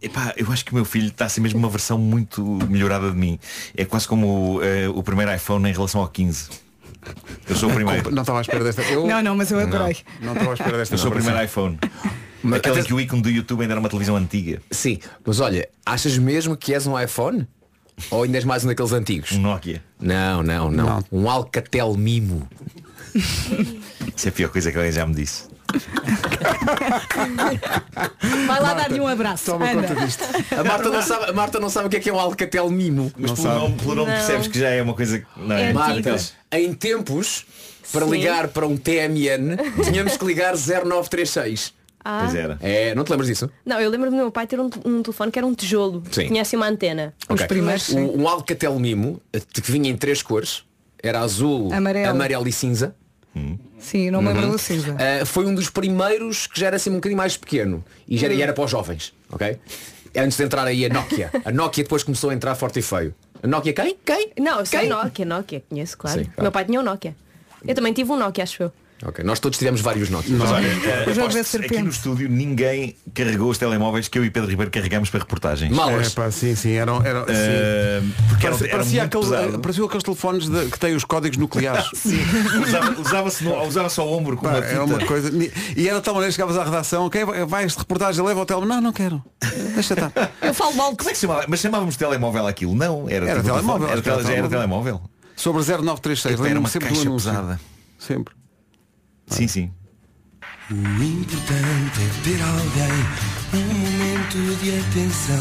[SPEAKER 14] Epá, eu acho que o meu filho está a ser mesmo uma versão muito melhorada de mim. É quase como eh, o primeiro iPhone em relação ao 15. Eu sou o primeiro.
[SPEAKER 1] Não estava à espera desta. Eu...
[SPEAKER 4] Não, não, mas eu adorei.
[SPEAKER 1] Não estava à espera desta.
[SPEAKER 14] Eu sou o primeiro iPhone.
[SPEAKER 2] Mas
[SPEAKER 14] Aquele em
[SPEAKER 2] até-
[SPEAKER 14] que o ícone do YouTube ainda era uma televisão antiga.
[SPEAKER 2] Sim, mas olha, achas mesmo que és um iPhone? Ou ainda és mais um daqueles antigos? Um
[SPEAKER 14] Nokia.
[SPEAKER 2] Não, não, não. Um Alcatel Mimo.
[SPEAKER 14] Isso é a pior coisa que alguém já me disse.
[SPEAKER 4] Vai lá
[SPEAKER 2] Marta,
[SPEAKER 4] dar-lhe um abraço.
[SPEAKER 2] toma
[SPEAKER 4] Anda.
[SPEAKER 2] conta disto. A Marta, não sabe, a Marta não sabe o que é que é um Alcatel Mimo.
[SPEAKER 14] Mas pelo nome, pelo nome
[SPEAKER 2] Não.
[SPEAKER 14] percebes que já é uma coisa que não é.
[SPEAKER 2] Marta, em tempos, para
[SPEAKER 14] Sim.
[SPEAKER 2] ligar para um TMN, tínhamos que ligar 0936.
[SPEAKER 21] Ah. Pois era.
[SPEAKER 2] É, não te lembras disso?
[SPEAKER 21] Não, eu lembro-me do meu pai ter um, um telefone que era um tijolo.
[SPEAKER 2] Sim.
[SPEAKER 21] Tinha assim uma antena.
[SPEAKER 2] Ok. O, um Alcatel Mimo, eh, que vinha em três cores, era azul,
[SPEAKER 4] Amarelo.
[SPEAKER 2] amarelo e cinza.
[SPEAKER 4] Sim, não me lembro
[SPEAKER 2] Uhum.
[SPEAKER 4] do cinza.
[SPEAKER 2] Ah, foi um dos primeiros que já era assim um bocadinho mais pequeno e já era,
[SPEAKER 4] Hum.
[SPEAKER 2] e era para os jovens, ok? Antes de entrar aí a Nokia. A Nokia depois começou a entrar forte e feio. A Nokia quem?
[SPEAKER 21] Quem? Não, eu sei Nokia, Nokia, conheço, claro.
[SPEAKER 2] Sim, claro.
[SPEAKER 21] Meu pai tinha um Nokia. Eu também tive um Nokia, acho eu.
[SPEAKER 2] Ok, nós todos tivemos vários Nokia.
[SPEAKER 14] Mas olha, eh, aposto, aqui no estúdio ninguém carregou os telemóveis que eu e Pedro Ribeiro carregamos para reportagens.
[SPEAKER 1] É, pá, sim, sim, eram, eram, sim.
[SPEAKER 14] Eh, porque era,
[SPEAKER 1] Parecia-
[SPEAKER 14] era
[SPEAKER 1] parecia
[SPEAKER 14] muito
[SPEAKER 1] aquele-
[SPEAKER 14] pesado.
[SPEAKER 1] parecia aqueles telefones de- que têm os códigos nucleares.
[SPEAKER 14] Sim, usava- usava-se no- usava-se ao ombro com
[SPEAKER 1] Pá,
[SPEAKER 14] uma
[SPEAKER 1] era uma
[SPEAKER 14] fita.
[SPEAKER 1] coisa. E era de tal maneira que chegavas à redação, quem vai- vais de reportagem, leva o telemóvel. Não, não quero. Deixa estar.
[SPEAKER 21] Eu falo mal.
[SPEAKER 14] Como é que se chamava? Mas chamávamos de telemóvel aquilo? Não, era,
[SPEAKER 1] Era
[SPEAKER 14] tipo
[SPEAKER 1] telemóvel,
[SPEAKER 14] telefone. Era,
[SPEAKER 1] acho que era
[SPEAKER 14] tele- já era
[SPEAKER 1] telemóvel.
[SPEAKER 14] telemóvel.
[SPEAKER 1] Sobre 0936,
[SPEAKER 14] Era
[SPEAKER 1] lembro-me
[SPEAKER 14] uma
[SPEAKER 1] sempre do
[SPEAKER 14] caixa
[SPEAKER 1] anúncio.
[SPEAKER 14] pesada.
[SPEAKER 1] Sempre.
[SPEAKER 14] Sim, sim.
[SPEAKER 12] O importante é ter alguém, um momento de atenção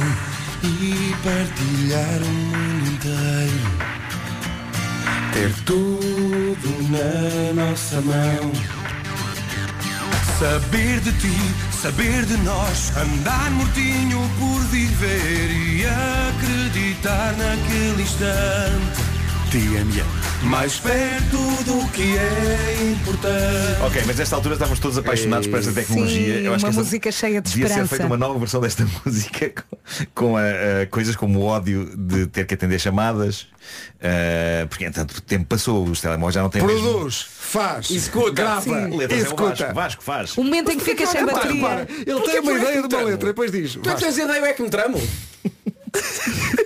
[SPEAKER 12] e partilhar o mundo inteiro. Ter tudo na nossa mão.
[SPEAKER 8] Saber de ti, saber de nós, andar mortinho por viver e acreditar naquele instante. TMA. Mais perto do que é importante.
[SPEAKER 14] Ok, mas nesta altura estávamos todos apaixonados por esta tecnologia.
[SPEAKER 4] Sim,
[SPEAKER 14] Eu
[SPEAKER 4] uma
[SPEAKER 14] acho que esta
[SPEAKER 4] música cheia de
[SPEAKER 14] devia ser
[SPEAKER 4] esperança.
[SPEAKER 14] feita uma nova versão desta música com, com, ah, ah, coisas como o ódio de ter que atender chamadas. ah, porque entretanto o tempo passou, os telemóveis já não têm mesmo-
[SPEAKER 1] Produz, um- faz,
[SPEAKER 14] Escuta,
[SPEAKER 1] grava,
[SPEAKER 14] sim. Letras é o
[SPEAKER 1] executa.
[SPEAKER 14] Vasco, Vasco faz.
[SPEAKER 4] O um momento em que
[SPEAKER 1] Mas
[SPEAKER 4] fica
[SPEAKER 1] porquê
[SPEAKER 4] sem
[SPEAKER 1] que não-
[SPEAKER 4] bateria.
[SPEAKER 1] repara, Ele
[SPEAKER 4] Porquê
[SPEAKER 1] tem uma
[SPEAKER 4] que
[SPEAKER 1] ideia de uma
[SPEAKER 4] tramo?
[SPEAKER 1] letra e depois diz.
[SPEAKER 4] Tu é que
[SPEAKER 1] Vasco.
[SPEAKER 4] tens
[SPEAKER 15] ideia é que me tramo?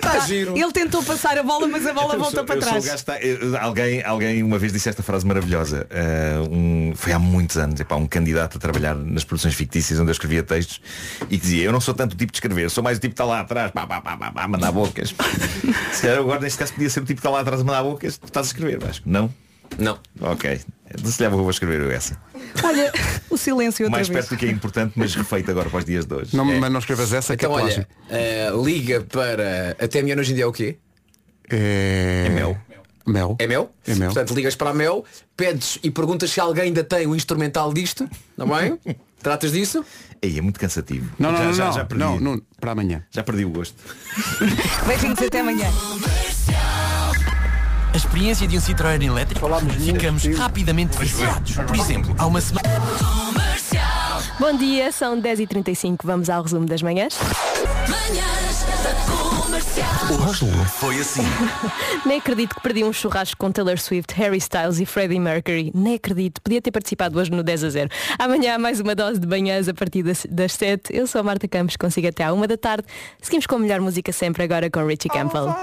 [SPEAKER 4] Tá, Ele tentou passar a bola, mas a bola
[SPEAKER 14] Eu
[SPEAKER 4] volta
[SPEAKER 14] sou-
[SPEAKER 4] para
[SPEAKER 14] eu sou o
[SPEAKER 4] trás.
[SPEAKER 14] gajo que está- eu- alguém, alguém uma vez disse esta frase maravilhosa. eh, um- foi há muitos anos, epá, um candidato a trabalhar nas produções fictícias onde eu escrevia textos e que dizia, eu não sou tanto o tipo de escrever, sou mais o tipo que está lá atrás, pá, pá, pá, pá, pá, mandar bocas. Se calhar agora neste caso podia ser o tipo que está lá atrás a mandar bocas, tu estás a escrever, Vasco. Não?
[SPEAKER 2] Não.
[SPEAKER 14] Ok. Então se lhe vou escrever eu essa.
[SPEAKER 4] Olha, o silêncio outra
[SPEAKER 14] mais
[SPEAKER 4] vez.
[SPEAKER 14] perto do que é importante, mas refeito agora para os dias de hoje.
[SPEAKER 1] Não, Mas não escrevas essa
[SPEAKER 14] Então,
[SPEAKER 1] que é plágio.
[SPEAKER 14] olha,
[SPEAKER 2] Eh, liga para. Até melhor hoje em dia é o quê?
[SPEAKER 1] É...
[SPEAKER 14] mel.
[SPEAKER 1] Mel.
[SPEAKER 2] É mel?
[SPEAKER 1] É mel.
[SPEAKER 2] Portanto, ligas para a mel, pedes e perguntas se alguém ainda tem o instrumental disto, não bem? Tratas disso?
[SPEAKER 14] Aí é muito cansativo.
[SPEAKER 1] Não, não,
[SPEAKER 14] Já-
[SPEAKER 1] não,
[SPEAKER 14] já-
[SPEAKER 1] não,
[SPEAKER 14] já perdi.
[SPEAKER 1] não, não, para amanhã.
[SPEAKER 14] Já perdi o gosto.
[SPEAKER 4] Beijinhos até amanhã.
[SPEAKER 22] A experiência de um Citroën elétrico ficamos rapidamente viciados. Por exemplo, há uma semana.
[SPEAKER 21] Bom dia, são 10h35. Vamos ao resumo das manhãs.
[SPEAKER 22] Hoje foi assim.
[SPEAKER 21] Nem acredito que perdi um churrasco com Taylor Swift, Harry Styles e Freddie Mercury. Nem acredito. Podia ter participado hoje no 10 a 0. Amanhã há mais uma dose de banhãs a partir das, das 7. Eu sou a Marta Campos, consigo até à 1 da tarde. Seguimos com a melhor música sempre agora com Richie Campbell.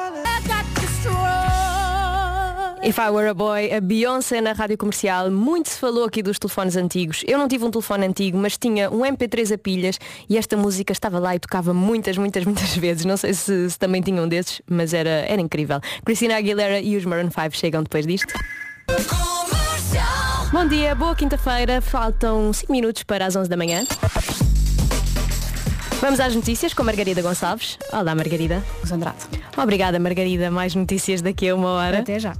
[SPEAKER 21] If I Were a Boy, a Beyoncé na rádio comercial. Muito se falou aqui dos telefones antigos. Eu não tive um telefone antigo, mas tinha um MP3 a pilhas e esta música estava lá e tocava muitas, muitas, muitas vezes. Não sei se, se também tinham desses, mas era, era incrível. Cristina Aguilera e os Maroon 5 chegam depois disto. Bom dia, boa quinta-feira. Faltam 5 minutos para as 11 da manhã. Vamos às notícias com Margarida Gonçalves. Olá, Margarida. Andrade. Obrigada, Margarida. Mais notícias daqui a uma hora. Até já.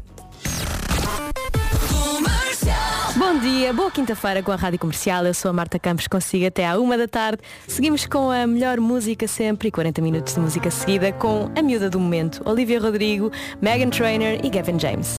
[SPEAKER 21] Bom dia, boa quinta-feira com a Rádio Comercial. Eu sou a Marta Campos, consigo até à uma da tarde. Seguimos com a melhor música sempre e 40 minutos de música seguida com a miúda do momento, Olivia Rodrigo, Megan Trainer e Gavin James.